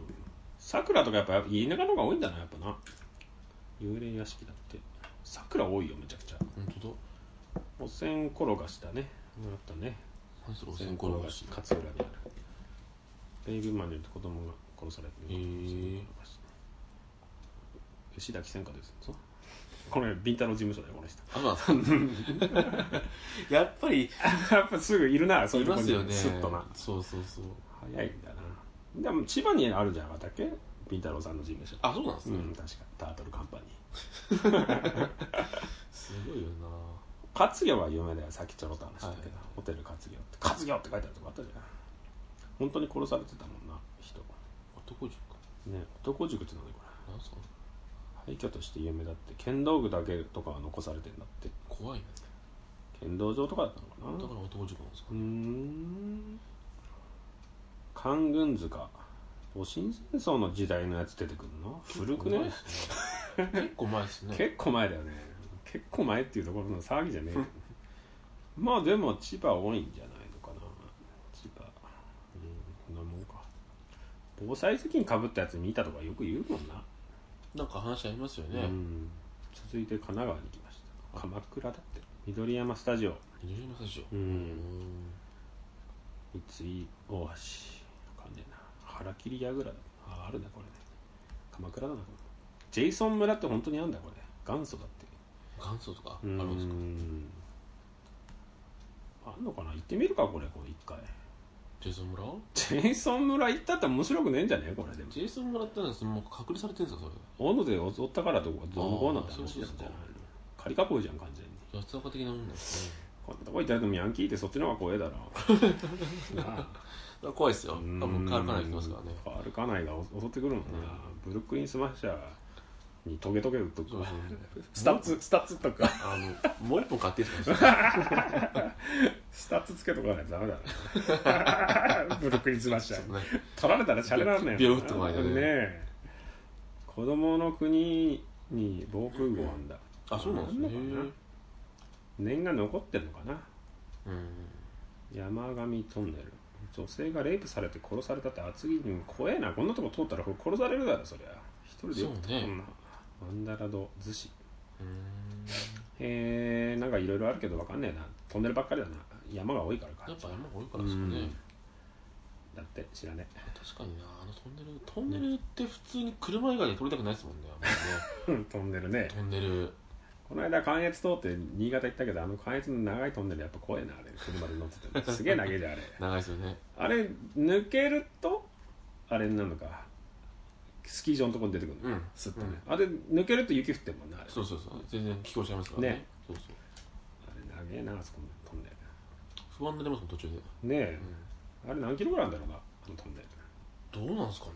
B: 桜とかやっぱ家田舎の方が多いんだなやっぱな幽霊屋敷だって桜多いよめちゃくちゃ
A: 本当だ
B: おせん転がしだねあったね
A: 何それお線転がし
B: 勝浦にあるベイビーマンによって子供が殺されて
A: へ
B: る
A: ー
B: 吉田喜千華ですそうこれビンタの事務所だよこの人
A: あ
B: [LAUGHS]
A: そうなんですかやっぱりい
B: やっぱすぐいるなそういうと
A: ま
B: こに
A: すよね
B: スッとな
A: そうそうそう
B: 早いんだなでも千葉にあるんじゃなかったっけビンタロウさんの事務所
A: あそうなんです
B: う
A: ね、
B: ん確かタートルカンパニー
A: すごいよな
B: 活業は有名だよさっきちょろっと話したけど、
A: はい
B: ホテル活業って活業って書いてあるとこあったじゃん本当に殺されてたもんな人
A: 男塾か
B: ね男塾ってなんだこれ
A: なんすか
B: 廃墟として有名だって剣道具だけとかは残されてんだって
A: 怖いね
B: 剣道場とかだったの
A: だ
B: か
A: か
B: な
A: ら男塾なんですか
B: うーん官軍塚戊辰戦争の時代のやつ出てくるな古くね
A: 結構前ですね結
B: 結構前だよね結構前っていうところの騒ぎじゃねえよまあでも千葉多いんじゃないのかな千葉うんこんなもんか防災責任かぶったやつ見たとかよく言うもんな、
A: 構なんか話ありますよね、
B: うん続いて神奈川に来ました鎌倉だって緑山スタジオ
A: 緑山最初う
B: う
A: んん
B: 三井大橋わかんねえな腹切り櫓だああるねこれね鎌倉だなこれジェイソン村って本当にあんだこれ元祖だって
A: 元祖とかあ
B: う
A: るんですか
B: んあんのかな行ってみるかこれこれ一回
A: ジェイソン村
B: ジェイソン村行ったって面白くねえんじゃねえこれでも
A: ジェイソン村ってのはそのもう隔離されてるんですかそれ
B: 斧で襲ったからどうかどうのこうなんて
A: あー
B: 話
A: そう
B: な
A: で
B: ん
A: す
B: じ
A: か
B: ゃないの仮囲いじゃん完全に
A: 八つ岡的なもんなんですね
B: こんなとこ行ったらでもヤンキーってそっちの方が怖え
A: [LAUGHS]
B: だろな
A: だから怖いですよ
B: あ
A: 多分カールカナイ来ますからね
B: 歩かないが襲ってくるもんな、ブルックリンスマッシャーにトゲトゲ打っとく
A: そう
B: わ
A: そう
B: スタッツスタッツとか
A: あのもう一本買っていいです [LAUGHS] か
B: スタッツつけとかないとダメ
A: [LAUGHS]
B: だなブルックリンスマッシャー
A: ね
B: 取られたらシャレなんね
A: ビヨビヨッと前だね
B: ねえ子供の国に防空壕あんだ
A: あそうなんですね
B: あんのかな念が残ってんのかな
A: うん
B: 山上トンネル女性がレイプされて殺されたって厚木にも怖えなこんなとこ通ったら殺されるだろそりゃ一人でよく
A: そうね
B: こんなマンダラド逗子
A: うん
B: えー、なんかいろいろあるけどわかんねえなトンネルばっかりだな山が多いからか
A: やっぱ山が多いからですかね、
B: うんだって知らね
A: 確かになあのトンネルトンネルって普通に車以外で撮りたくないですもんねあんまり
B: え [LAUGHS] トンネルね
A: ねトンネル
B: この間関越通って新潟行ったけどあの関越の長いトンネルやっぱ怖いなあれ車で乗って
A: [LAUGHS]
B: てもすげえ長えじゃんあれ
A: 長いですよね
B: あれ抜けるとあれになるのかスキー場のとこに出てくるの、
A: うん
B: すっとね、あれ抜けると雪降ってるもんねあれ
A: そうそうそう全然気候違いますからね
B: ね
A: そうそう
B: あれげえなあそこ飛んで
A: 不安になりますもん途中で、
B: ねえ、あれ何キロぐらいあるんだろうなあの飛んで、
A: どうなんですかね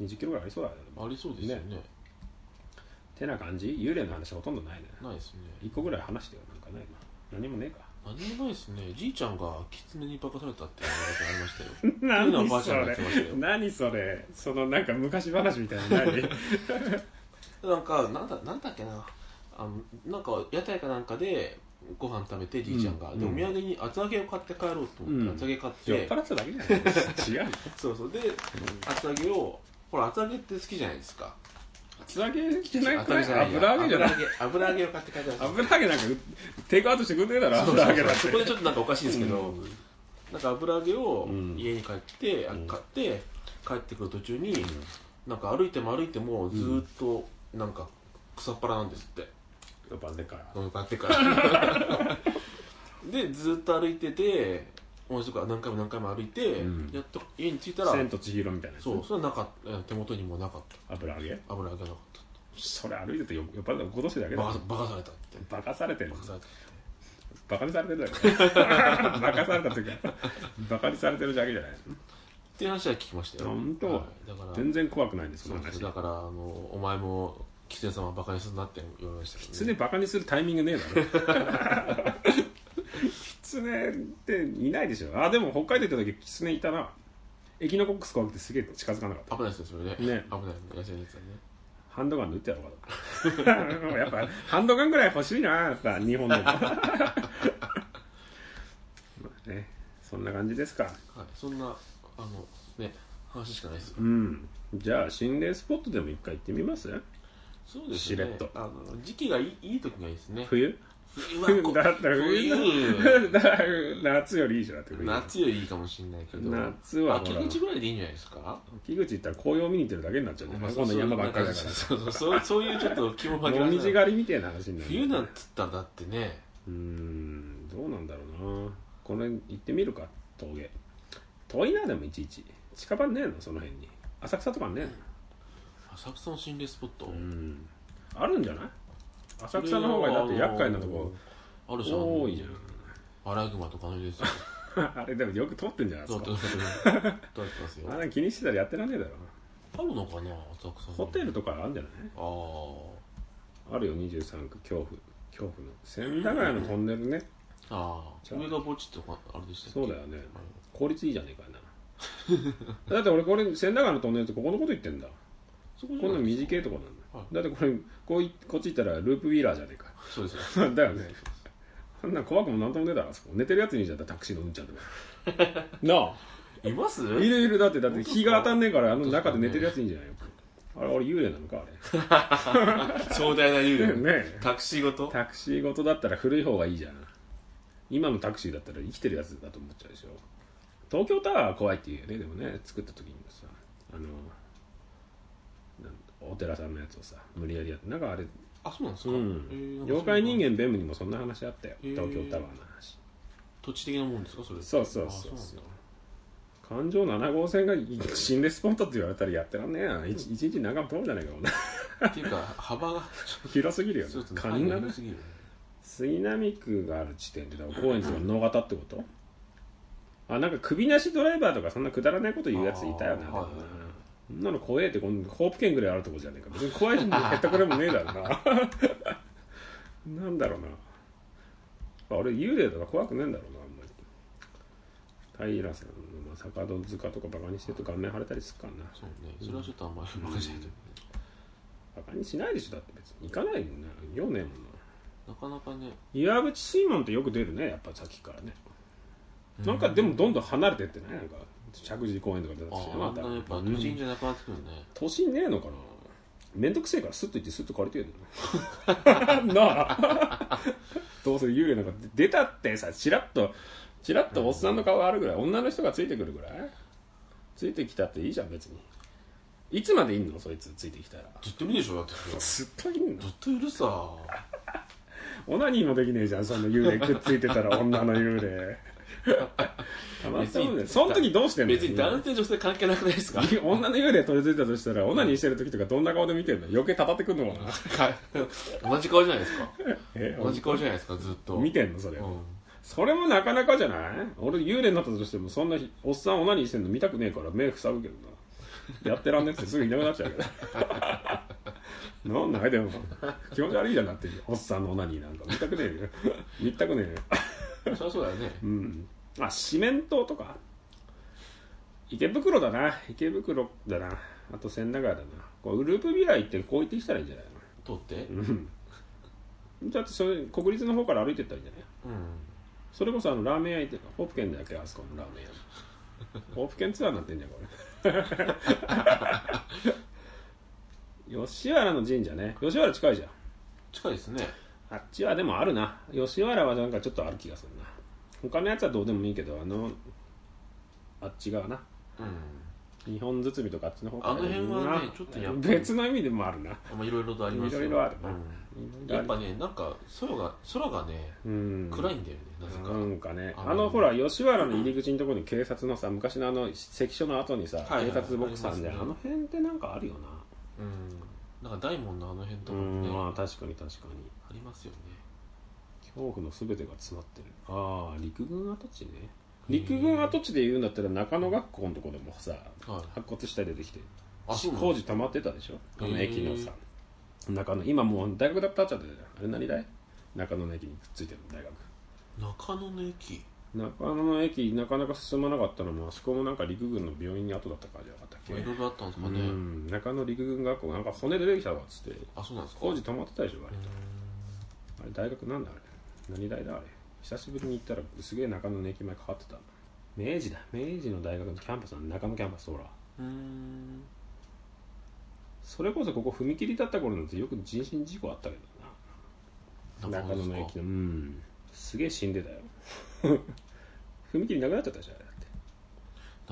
B: うん、20キロぐらいありそうだねでも
A: ありそうですよね
B: てな感じ幽霊の話ほとんどないね
A: ないですね
B: 1個ぐらい話してよなんかね何もねえか
A: 何もないですねじいちゃんが狐に化かされたっていう話がありましたよっていうのはばあちゃんが言ってましたよ
B: 何それそのなんか昔話みたいなの何
A: なんかなんだなんだっけなあのなんか屋台かなんかでご飯食べてじいちゃんが、
B: うん
A: でお土産に厚揚げを買って帰ろうと思って、
B: うん
A: 厚揚げ買って
B: [LAUGHS] 酔っ払ってただけじゃない違う
A: そうそうで厚揚げをほら厚揚げって好きじゃないですか
B: 厚揚げじゃない
A: 厚揚げじゃない
B: 油揚げじゃない
A: 油揚げ油揚げを買って帰ったらしい
B: 油揚げなんかテイクアウトしてくんねえだろ
A: そう
B: 油揚げだっ
A: そ
B: て
A: こでちょっとなんかおかしいんですけど、
B: うん
A: なんか油揚げを
B: うん
A: 家に帰って、あ
B: うん
A: 買って帰ってくる途中に、なんか歩いても歩いてもずーっとなんか草っぱらなんですって、
B: やっぱでかい
A: 飲み買ってから
B: [LAUGHS]
A: でずーっと歩いてて同じとこ何回も何回も歩いて、
B: うん
A: やっと家に着いたら
B: 千と千尋みたいなやつ
A: そうそれはなかった手元にもなかっ
B: 油揚げ
A: た油揚げなかっ
B: それ歩いてて酔っ払って落としてるだ
A: た
B: けだ
A: バカバカ
B: ろ
A: されたって
B: バカされてる
A: バカされたって
B: バカにされてるだ [LAUGHS] けだろバカされた時はバカにされてるだけじゃない
A: っていう話は聞きましたよ
B: 本当
A: はいだから
B: 全然怖くないんですそ
A: そ
B: の
A: うです
B: 話
A: だからあのお前も狐様バカにするなって言われましたけど、ね、
B: 狐バカにするタイミングねえだろ狐っていないでしょあでも北海道行った時狐いたなエキノコックス怖くてすげえ近づかなかった
A: 危ないですよそれね
B: ね
A: 危ないね痩せるやつはね
B: ハンドガンで撃ってやろうかと [LAUGHS] やっぱハンドガンぐらい欲しいなやっぱ日本でも [LAUGHS] まあねそんな感じですか
A: はいそんなあのね話しかないです
B: うんじゃあ心霊スポットでも一回行ってみます
A: そうです
B: し
A: ね
B: れっと
A: あの時期がいいいい時がいいです
B: [LAUGHS]
A: ね
B: 冬
A: うわ
B: 冬
A: こ
B: [LAUGHS] だったら冬
A: 冬
B: [LAUGHS] だから夏よりいいじゃんだって冬
A: 夏よりいいかもしれないけど
B: 夏はほ
A: 秋
B: ら
A: 口ぐらいでいいんじゃないですか
B: 木口行ったら紅葉見に行ってるだけになっちゃうね、
A: まあ
B: 今度山ばっかりだか
A: そうそうそうそういうちょっと気も紛
B: ら
A: らわ
B: 紅
A: せ
B: 葉
A: ない
B: 狩りみたいな話になる
A: 冬なんつったらだってね
B: うーんどうなんだろうなこの辺行ってみるか峠遠いなでもいちいち近場ねえのその辺に浅草とかね
A: 浅草の心霊スポット
B: えのうんあるんじゃない浅草の方がだって厄介なとこ
A: あるじゃん
B: 多いじゃん [LAUGHS]
A: アライグマとかのですよ
B: あれでもよく通ってんじゃないで
A: そ
B: [LAUGHS] す
A: う
B: か
A: そうそう撮ってますよ
B: あれ気にしてたらやってらんねえだろ
A: あるのかな浅草
B: ホテル
A: あ
B: とかあるんじゃない
A: あー
B: あるよ23区恐怖恐怖の千駄ヶ谷のトンネルね
A: あ
B: じ
A: あ
B: ゃあ
A: 上が墓地とかあれでしたっけ
B: そうだよね
A: あの
B: 効率いいじゃねえかなだって俺これ千駄ヶ谷のトンネルってここのこと言ってんだ
A: そこじゃ
B: こん
A: な
B: ないの
A: です
B: 短いとこなんだ、
A: は
B: だってこれこういこっち行ったらループウィーラーじゃねえか
A: そうですよ
B: だよねあんなん怖くもなんともねえだろあそこ寝てるやつにいるじゃんタクシーのうんちゃんとか [LAUGHS] ない
A: ます
B: あいるいるだってだって
A: 本当っすか
B: 日が当たんねえからあの中で寝てるやついいんじゃないよあれ俺幽霊なのかあ
A: 壮大な
B: れ
A: 幽霊
B: ねえ
A: タクシーごと
B: タクシーごとだったら古い方がいいじゃん今のタクシーだったら生きてるやつだと思っちゃうでしょ東京タワーは怖いって言うよねでもね作った時にもさあのなんお寺さんのやつをさ無理やりやってなんかあれ
A: あそうなんです
B: う
A: か
B: ん
A: えーなんか
B: 妖怪人間ベムにもそんな話あったよ、
A: へー
B: 東京タワーの話
A: 土地的なもんですかそれ
B: そうそう
A: あ
B: そう
A: なん
B: そう
A: だ
B: 環状7号線が心霊スポットって言われたらやってらんねえな一一日長く通るんじゃないかもな
A: っていうか幅が
B: [LAUGHS] 広すぎるよ
A: ちょっと
B: な
A: 範囲
B: 神
A: が
B: 奈
A: 広すぎるね
B: 杉並区がある地点ってだから高円寺の野方ってことあなんか首なしドライバーとかそんなくだらないこと言うやついたよな
A: あー
B: でもな
A: はいはいはい
B: そんなの怖えってこんホープ券ぐらいあるとこじゃねえか別に怖い人にへったくれもねえだろ [LAUGHS] ななんだろうなあ俺幽霊とか怖くねえんだろうなあんまり平さんのまあ坂戸塚とかバカにしてると顔面腫れたりするからな
A: そうねそれはちょっとあんまり馬鹿じゃないと思
B: バカにしないでしょだって別に行かないもんなよねえもんな
A: うなかなかね
B: 岩淵水門ってよく出るねやっぱさっきからねなんかでもどんどん離れてってねなんか石神井公園とか出た
A: あ
B: りして
A: ーあ
B: ねま
A: んな
B: た
A: やっぱ
B: う
A: 都心
B: ん
A: じゃなくなってくるね
B: 都心ねえのかなめんどくせえからスッと行ってスッと借りてる
A: [LAUGHS]
B: のなあどうせ幽霊なんか出たってさチラッとチラッとおっさんの顔あるぐらい女の人がついてくるぐらいついてきたっていいじゃん別にいつまでいんのそいつついてきたら
A: ずっと見るでしょだって
B: ずっといんの
A: ずっといるさ [LAUGHS]
B: オナニーもできねえじゃんその幽霊くっついてたら女の幽霊たまったもんでその時どうしてんの
A: 別に男性女性関係なくないですか
B: いや [LAUGHS] 女の幽霊取り付いたとしたら、オナニーしてる時とかどんな顔で見てんの余計たたってくんのかな
A: 同じ顔じゃないですか
B: え
A: 同じ顔じゃないですかずっと
B: 見てんのそれ、
A: うん
B: それもなかなかじゃない俺幽霊になったとしてもそんなひおっさんオナニーしてんの見たくねえから目塞ぐけどなやってらんねえってすぐいなくなっちゃうけど [LAUGHS] なんないでも気持ち悪いじゃなっておっさんのオナニーなんか見たくねえよ見たくねえよ
A: そりゃそうだよね
B: うんあ四面島とか池袋だな池袋だなあと千駄ヶ谷だなこうウループビラ行ってこう行ってきたらいいんじゃない
A: 通って
B: のうんだってそれ国立の方から歩いてったらいいんじゃない
A: うん
B: それこそあのラーメン屋行ってホープ県だっけあそこのラーメン屋ホープ県ツアーになってんじゃんこれ [LAUGHS] 吉原の神社ね吉原近いじゃん
A: 近いですね
B: あっちはでもあるな吉原はなんかちょっとある気がするな他のやつはどうでもいいけどあのあっち側な
A: うん
B: 日本包みとかあっちの方から
A: あの辺はねちょっとやっぱり
B: 別の意味でもあるな
A: まあいろいろとありますよ
B: いろいろあるな
A: うんやっぱねなんか空が空がね
B: うん
A: 暗いんだよねなぜか
B: なんかね
A: あ
B: あ
A: の
B: のほら吉原の入り口のところに警察のさ昔のあの関所の後にさ、
A: はいはい
B: 警察ボックスあんじゃん
A: あり
B: あ
A: ますね
B: の辺ってなんかあるよな
A: うんなんか大門のあの辺と
B: う
A: かも
B: ん
A: ね
B: まあ確かに確かに
A: ありますよね
B: 恐怖の全てが詰まってるああ陸軍跡地ね陸軍跡地で言うんだったら中野学校のとこでもさ
A: はい
B: 白骨死体出てきて
A: あそうなの
B: 工事溜まってたでしょあの
A: へえ
B: 駅のさ中野今もう大学だったっちゃってるじゃんあれ何大中野の駅にくっついてるの大学
A: 中野の駅
B: 中野の駅なかなか進まなかったのもあそこもなんか陸軍の病院に後だったからじゃなかったっけ
A: いろいろあったんですか
B: う
A: ね、
B: ん中野陸軍学校なんか骨出てきたわっつって
A: あそうなんですか
B: 工事溜まってたでしょ割
A: う
B: と
A: ん
B: あれ大学なんだあれ何大だあれ久しぶりに行ったらすげえ中野の駅前変わってた明治だ明治の大学のキャンパスなんだ中野キャンパスほら
A: うーん
B: それこそここ踏切だった頃なんてよく人身事故あったけどな中野の駅のうんすげえ死んでたよ [LAUGHS] 踏切なくなっちゃったじゃんあれだっ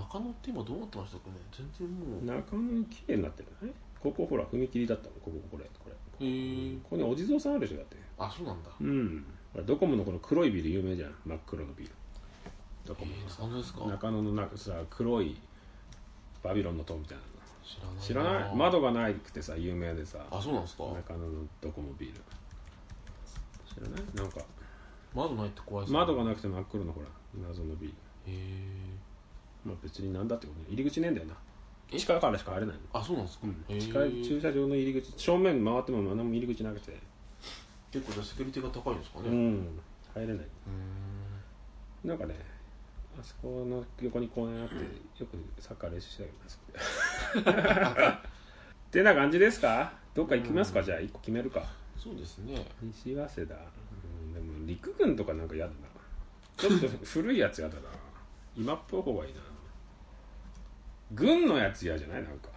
B: て
A: 中野って今どうなってましたかね全然もう
B: 中野綺麗になってるねここほら踏切だったのこここれこれ
A: へえ
B: ここにお地蔵さんあるでしょだって
A: あそうなんだ
B: うんほらドコモのこの黒いビル有名じゃん真っ黒のビルド
A: え
B: コモの
A: ー、
B: さ
A: 本当ですか
B: 中野のなんかさ黒いバビロンの塔みたいなの
A: 知らない
B: 知らない窓がないくてさ有名でさ
A: あそうなんですか
B: 中野のドコモビル知らないなんか
A: 窓ないって怖いですね
B: 窓がなくて真っ黒のほら謎のビル
A: へえ
B: まあ別になんだってことね入り口ねえんだよな
A: え
B: 地下からしか入れないの
A: あそうなんですか、
B: う
A: へ
B: ん、
A: え
B: 地下駐車場の入り口正面回っても何も入り口なくて
A: 結構じゃあセキュリティが高いんですかね
B: う
A: うーん
B: ん入れないなんかねあそこの横に公園あってよくサッカー練習してたけどなそこで [LAUGHS] ってな感じですかどっか行きますか、じゃあ一個決めるか
A: そうですね
B: 西早稲田、うん、でも陸軍とかなんか嫌だなちょっと古いやつ嫌だな今っぽい方がいいな軍のやつ嫌じゃないなんか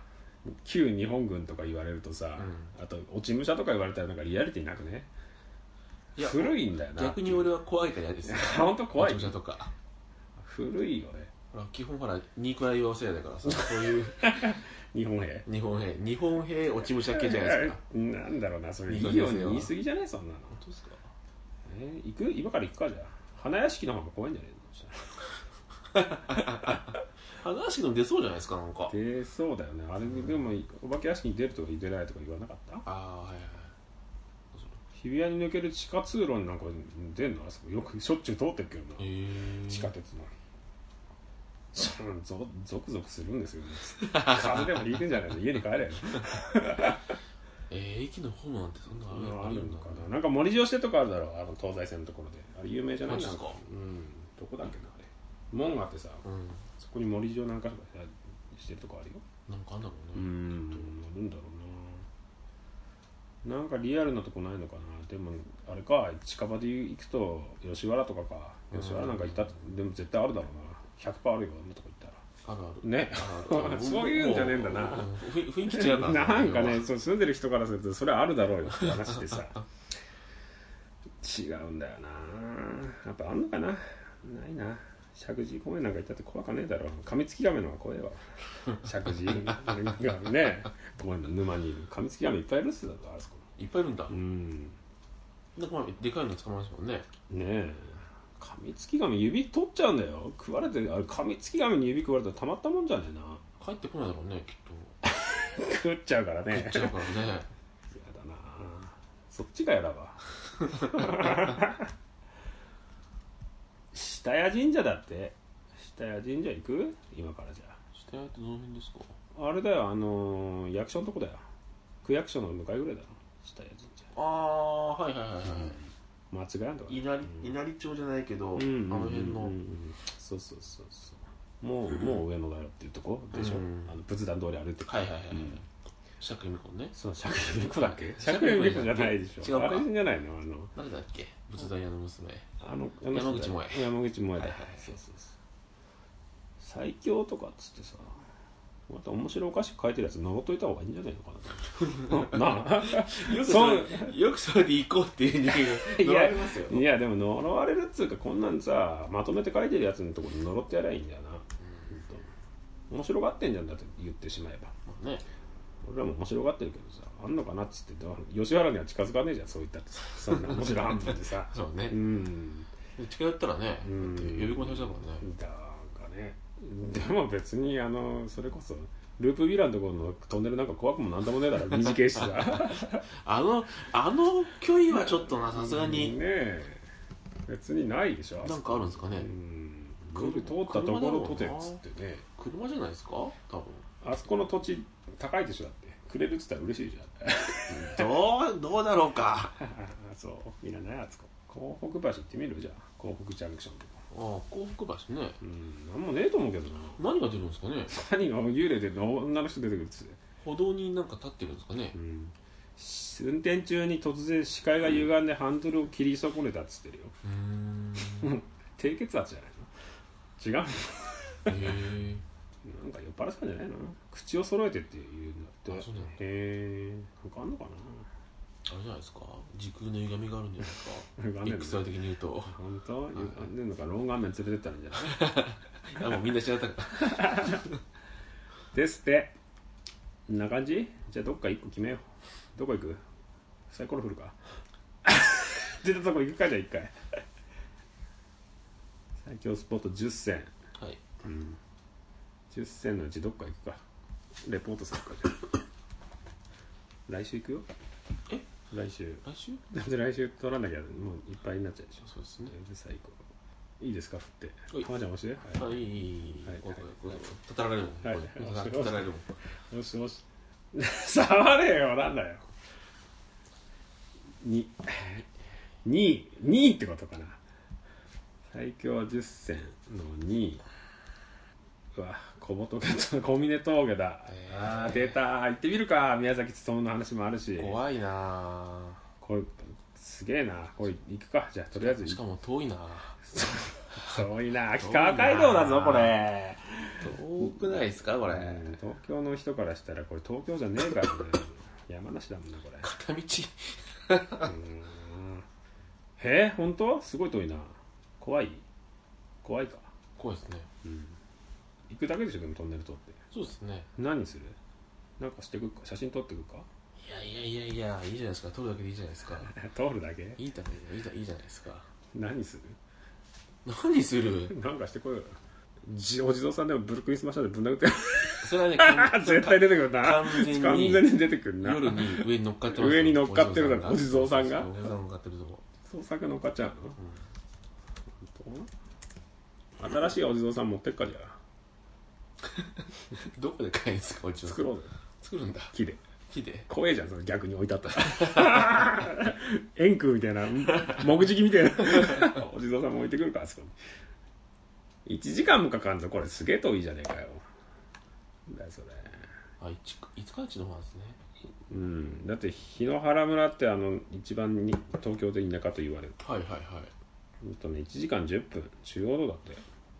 B: 旧日本軍とか言われるとさ、
A: う
B: あと落ち武者とか言われたらなんかリアリティなくね
A: いや
B: 古いんだよな
A: 逆に俺は怖いから嫌です
B: 本当 [LAUGHS] 怖い
A: 駐車とか
B: 古いよね
A: ほら基本ほらニクラ言わせやだ
B: [LAUGHS]
A: からさそういう
B: 日本兵
A: 日本兵日本兵落ち武者系じゃないですか
B: なんだろうなそれい
A: い
B: い
A: いよ
B: ように言い過ぎじゃないそんなの
A: 本当ですか
B: えー行く今から行くかじゃあ花屋敷の方が怖いんじゃないの
A: 話の出そうじゃないですかなんか
B: 出そうだよねあれでもお化け屋敷に出るとか出ないとか言わなかった
A: ああはいはい
B: 日比谷に抜ける地下通路になんか出んのあそこよくしょっちゅう通ってるけどな
A: へえ
B: 地下鉄のそんゾゾクゾクする
A: [LAUGHS]
B: んですよね風でも引いてんじゃないの家に帰れよ
A: えー、駅のホームなんてそんなの
B: あるの
A: んだ
B: かななんか森城してとかあるだろうあの東西線のところであれ有名じゃない
A: マジっ
B: な
A: す
B: んか
A: か
B: うんどこだっけなあれ門があってさ
A: うん
B: そこに森城なんかとかしてるとこあるよ
A: なんかあんだろう
B: う
A: ね、
B: んあるんだろうななんかリアルなとこないのかなでもあれか近場で行くと吉原とかか
A: うん
B: 吉原なんか行ったってでも絶対あるだろうな100%あるよあんなとこ行ったら
A: あるある
B: ね
A: ある
B: [LAUGHS] そういうんじゃねえんだな
A: もうふ雰囲気違うから
B: [LAUGHS] なんかねそう住んでる人からするとそれはあるだろうよって話でさ違うんだよなやっぱあんのかなないな石神井公園なんか行ったって怖かねえだろカミツキガメの方が怖えわ石神井がね公園の沼にいるカミツキガメいっぱいいるっすだろあそこ
A: いっぱいいるんだ
B: うん
A: なんかまあでかいの捕まえますもんね
B: ねえカミツキガメ指取っちゃうんだよ食われてあれカミツキガメに指食われたらたまったもんじゃねえな
A: 帰ってこないだろうねきっ
B: 食っちゃうから
A: と
B: ね
A: 食っちゃうからね
B: [LAUGHS] やだなそっちがやだわ
A: [LAUGHS]
B: 下谷神社だって下谷神社行く今からじゃ
A: 下屋ってどの辺ですか
B: ああれだよあのー役所のとこだよ区役所の向かいぐらいだろ下谷神社
A: ああはいはいはいはい、
B: 間違えんとか
A: 稲荷稲荷町じゃないけど、
B: うんうんうんうん
A: あの辺の、
B: そうそうそうそうもうもう上野だよっていうとこでしょ、
A: うん
B: あの仏壇通り歩いて
A: はいはいはいはい
B: うん
A: 釈由美子ね
B: そう釈迦美子だっけ
A: 釈
B: 釈
A: 迦牟
B: 迦美
A: 尼子じ
B: 子じ
A: ゃ
B: ゃ
A: な
B: ないいでしょ
A: 違うか
B: あれじゃないのあの
A: 誰だっけ仏壇屋の娘
B: あのあの
A: 山口萌え
B: 山口萌えだ、
A: はいはい
B: そうそうそう最強とかっつってさまた面白おかしく書いてるやつ呪っといた方がいいんじゃない
A: [LAUGHS]
B: のかなな
A: よ
B: くそれ
A: よくそれで行こうっていう人間が
B: [LAUGHS] いや
A: いますよ
B: あいやでも呪われるっつうかこんなんさまとめて書いてるやつのところに呪ってやりゃいいんだよな、ほんと面白がってんじゃんだって言ってしまえば
A: まあね
B: 俺らも面白がってるけどさあんのかなっつってだから吉原には近づかねえじゃんそういったってさそんな面白半分でさ
A: [LAUGHS] そう
B: う
A: ね
B: ん
A: 近寄ったらね
B: う
A: だ
B: ん
A: って呼び込みされちゃうからね
B: だかねでも別にあのそれこそループヴィラのところのトンネルなんか怖くもなんともねえだろ二次形式が
A: あのあの距離はちょっとなさすが
B: ね
A: に
B: え別にないでしょ
A: なんかあるんですかね
B: うん
A: 車
B: 通ったところとてっつってね
A: 車じゃないですか多分
B: あそこの土地高いでしょだってくれるっつったら嬉しいじ
A: [LAUGHS]
B: ゃん
A: どうどうだろうかあ
B: そういらないあそこ港北橋行ってみるじゃあ港北ジャンクションとか
A: あ幸福橋ね
B: うんなんもねえと思うけどな
A: 何が出るんですかね
B: 何が幽霊で女の人出てくるっつって
A: 歩道になんか立ってるんですかね
B: うん運転中に突然視界が歪んでハンドルを切り損ねたっつってるよ
A: うーん
B: 低血圧じゃないの違う
A: へえ
B: のなんか酔っ払ってたんじゃないの口を揃えてって言うんだって
A: あそうなんだ
B: へえ他あんのか
A: あれじゃないですか時空の歪みがあるんじゃないですか
B: な歪んでんの
A: X 線的に言うと
B: 本当歪んでんのかロングアメン連れてったらいいんじゃ
A: あ
B: ない
A: もうみんな知られたから
B: ですってこんな感じじゃあどっか一個決めようどこ行くサイコロ振るか [LAUGHS] 出たとこ行くかじゃあ一回最強スポット10選
A: はい
B: うん10選のうちどっか行くかレポートするかじゃあ来週行くよ
A: え
B: 来週
A: 来週
B: だって来週取らなきゃもういっぱいになっちゃうでしょ
A: そうですね
B: で最高いいですか振って
A: はい
B: 浜ちゃん押して
A: は
B: はい
A: いいいいいいい
B: はい
A: こうこうこうたたられるもん
B: はい
A: こうたたたられるもん
B: よしよし [LAUGHS] 触れよなんだよ2 [LAUGHS] 2位ってことかな最強10選の2位うわ小仏と小峰峠だ、
A: えー
B: あー出た行ってみるか宮崎勉の話もあるし
A: 怖いな
B: これすげえなこれ行くかじゃあとりあえず
A: ぁしかも遠いなぁ
B: 遠いな秋川街道だぞこれ
A: 遠くないですかこれ
B: うん東京の人からしたらこれ東京じゃねえからね山梨だもんなこれ
A: 片道
B: うんえー、本当すごい遠いな怖い怖いか
A: 怖いですね
B: 行くだけでしょでもトンネル通って
A: そうですね
B: 何するなんかしてくっか写真撮ってくっか [LAUGHS]
A: いやいやいやいやいいじゃないですか撮るだけでいいじゃないですか
B: 通るだけ
A: いいためにいいじゃいいじゃないですか
B: 何す
A: 何する
B: るなんかしてこいよじお地蔵さんでもブルックリンスマッシャーでぶん殴って [LAUGHS]
A: それはね
B: 絶対出てくるな
A: 完全に
B: 完全に出てくるな
A: 夜に上に乗っかってます
B: 上に乗っかってるだろお地蔵さんが
A: お地蔵さんが乗っかってるとこ
B: 創作のお母ちゃん、本当新しいお地蔵さん持ってっかじゃあ
A: どこで買えるんですかお地蔵さ
B: 作
A: ん
B: ろうぜ
A: 作るんだ
B: 木で
A: 木で
B: 怖えじゃんその逆に置いてあったら [LAUGHS] 円空みたいな木敷みたいなお地蔵さんも置いてくるからあそこに1時間もかかんぞこれすげえ遠いじゃねえかよなんだよそれ
A: あ一区五日市の方なんですね
B: うんだって檜原村ってあの一番に東京で田舎と言われる
A: はいはいはい
B: ほんとね1時間10分中央道だって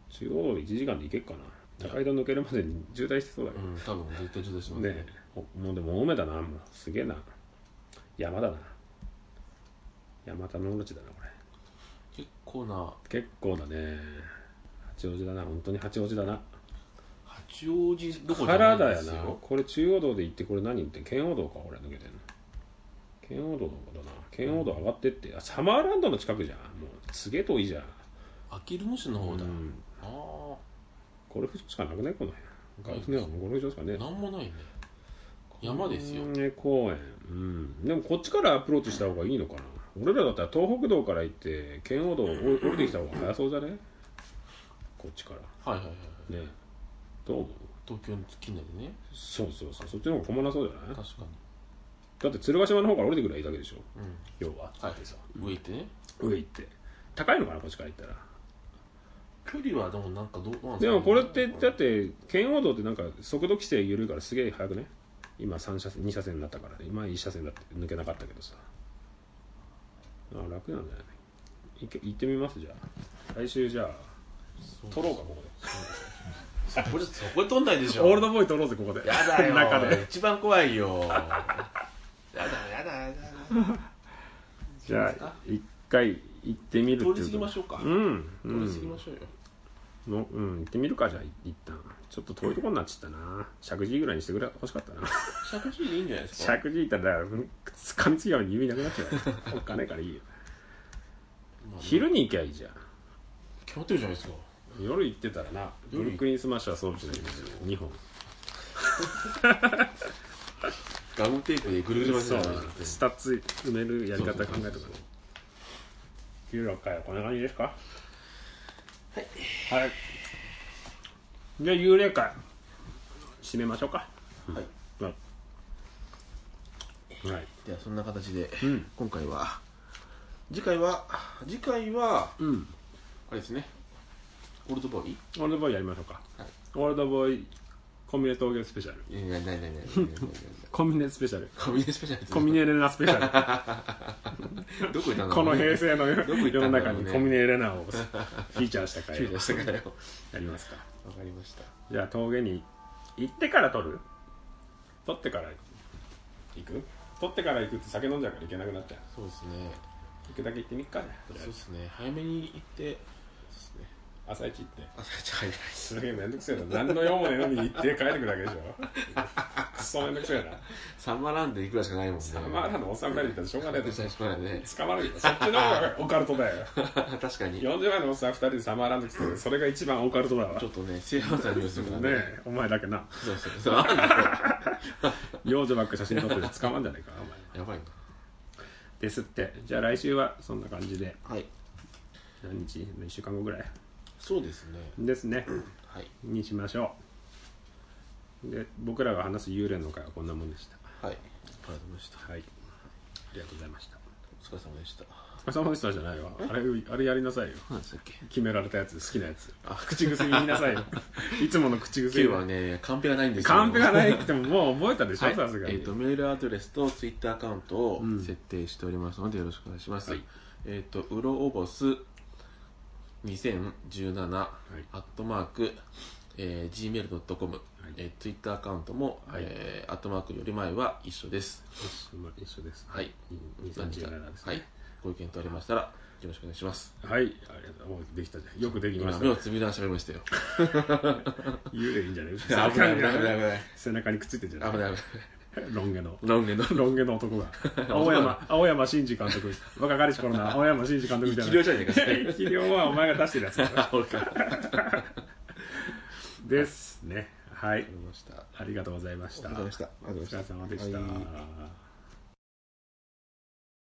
B: 中央道で1時間で行けっかな高井戸抜けるまでに渋滞してそうだけど
A: うん多分絶対渋滞します
B: ねえおもうでも青梅だなもうすげえな山だな山田のオロチだなこれ
A: 結構な
B: 結構だね八王子だな本当に八王子だな
A: 八王子どこじゃな
B: 原
A: いん
B: だ
A: で
B: よ
A: す
B: な
A: よ
B: これ中央道で行ってこれ何言ってん圏央道か俺抜けてんの圏央道のことな圏央道上がってってあサマーランドの近くじゃんもうすげえ遠いじゃん
A: あきる野市の方だ、
B: ん、
A: ああ
B: ゴルフ場しかなくないこの辺ゴルフ,、ね、ゴルフ場しかね
A: なんもないね山ですよ
B: ね公園うんでもこっちからアプローチした方がいいのかな俺らだったら東北道から行って圏央道を降りてきた方が早そうじゃねこっちか
A: はいはいはいはい
B: らねどう思う
A: 東京の近代でね
B: そうそうそうそっちの方が困らそうじゃない
A: 確か
B: だって鶴ヶ島の方から降りてくればいいだけでしょ
A: にうん
B: 要は
A: はい
B: さ
A: 上行ってね
B: 上行って高いのかなこっちから行ったら
A: 距離はでもなんかどうなんすかね
B: でもこれってだって圏央道ってなんか速度規制緩いからすげえ速くね今三車線2車線になったからね今1車線だって抜けなかったけどさあ楽なんじゃないいけ行ってみますじゃあ来週じゃあ
A: そう
B: 撮ろうかここで
A: そこでそこで撮んないでしょ
B: オールドボーイ撮ろうぜここで
A: やだよ
B: 中で
A: 一番怖いよやだやだやだ
B: じゃあ一回行ってみる
A: 通り過ぎまし
B: ょ
A: ょうか
B: ううん、
A: 通り
B: う
A: 過ぎ
B: ん
A: ましょうよ
B: のうん、行ってみるかじゃあ一旦ちょっと遠いとこになっちゃったな石神井ぐらいにしてくれ欲し
A: [LAUGHS]
B: かったな
A: 尺字でいいんじゃないです
B: 石
A: か
B: 神井行ったらうん噛みつき合うに指なくなっちゃうおっかないからいいよ
A: まあ
B: 昼に行きゃいいじゃん
A: 決まってるじゃないですか
B: 夜行ってたらなブ
A: 夜
B: ルックリンスマッシュはそうじゃないんですよ2本
A: ガムテープでぐるぐる巻き
B: そ
A: な
B: う
A: がら
B: 下つ埋めるやり方考え
A: そう
B: とか
A: そう
B: ね
A: そう
B: 16回はこんな感じですかはい、はい、じゃあ幽霊会締めましょうか
A: はい
B: はい、はい、
A: ではそんな形で
B: うん
A: 今回は次回は次回は
B: うん
A: あれですねオールドボーイ
B: オールドボーイやりましょうか、
A: はい
B: オールドボーイコンビネ東京スペシャル
A: いやいやないないないないないないない
B: コンビネスペシャル
A: コミネスペシャル
B: コミネレナスペシャル
A: どこいたの
B: この平
A: 成
B: 成の
A: どこ行ったんだろうね
B: 世の中にコミネレナをフィーチャーした回を
A: したからよ
B: やりますか
A: わかりました
B: じゃあ峠に行ってから撮る撮ってから行く撮ってから行くと酒飲んじゃうから行けなくなっちゃう
A: そうですね
B: 行くだけ行ってみっかねとりあ
A: そう
B: え
A: で
B: ず
A: すね早めに行ってそうですね
B: 朝一行って
A: 朝一早いです
B: すげえめんどくせえな何の用もねえのに行って帰ってくるだけでしょクソめんどくせえな
A: サンマランでいくらしかないもんね
B: サマーランドおっさん二人行ったらしょうがねえでしょ
A: 最初からね [LAUGHS]
B: 捕まるよそっちの方がオカルトだよ
A: 確かにち
B: 40万のおっさん2人でサマーランド来てそれが一番オカルトだわ
A: ょっとね正反対の様子が
B: ね
A: ね
B: えお前だけな
A: そうそうそうあんだ
B: 幼女ばっか写真撮ってて捕まんじゃないかお前
A: やばいな
B: ですってじゃあ来週はそんな感じで
A: はい
B: 何日1週間後ぐらい
A: そうですね
B: ですね
A: はい
B: にしましょうで僕らが話す幽霊の会はこんなもんでした
A: はいありがとうございました
B: はいありがとうございました
A: お疲れ様でした
B: お疲れ様でしたじゃないわあれあれやりなさいよ
A: 何でしたっけ
B: 決められたやつ好きなやつ
A: あ [LAUGHS]
B: 口癖言いなさいよいつもの口癖
A: 今日
B: 言いな
A: はねカンペがないんですよ
B: カンペがないくてももう覚えたでしょ
A: はい、え
B: さすがに、
A: ー、とメールアドレスとツイッターアカウントを
B: ん
A: 設定しておりますのでよろしくお願いします、
B: はい
A: えっ、とうろおぼす2017、
B: い
A: アットマーク、えー、gmail.com、
B: い
A: えー、ツイッターアカウントも、
B: はい
A: えーアットマークより前は一緒です
B: 一緒ま一緒です
A: はい
B: 2017です
A: は
B: ね
A: いご意見とありましたらよろしくお願いします
B: はい、ありがとうもうできたじゃんよくでき
A: 今
B: ました
A: 目をつぶりながら喋りました
B: [LAUGHS]
A: よ
B: 幽霊いいんじゃない
A: 危
B: [LAUGHS]
A: ない危ない危ない危ない
B: 背中にくっついてんじゃ
A: 危
B: な
A: な
B: い
A: い危ない
B: ロン毛の
A: ロンゲの
B: ロン毛の [LAUGHS] 男が青山青山真司監督若かりし頃の青山真司監督みたい
A: 生
B: な
A: き量じゃねえかそれ
B: [LAUGHS] 生き量はお前が出してるやつ [LAUGHS] だから
A: 俺かあ
B: ですねはい
A: りましたあり
B: ありがとうございまし
A: が
B: た [LAUGHS]
A: とうございましたありがとう
B: お
A: ご
B: 疲
A: ざいま
B: れ
A: した
B: 様でした、
A: はい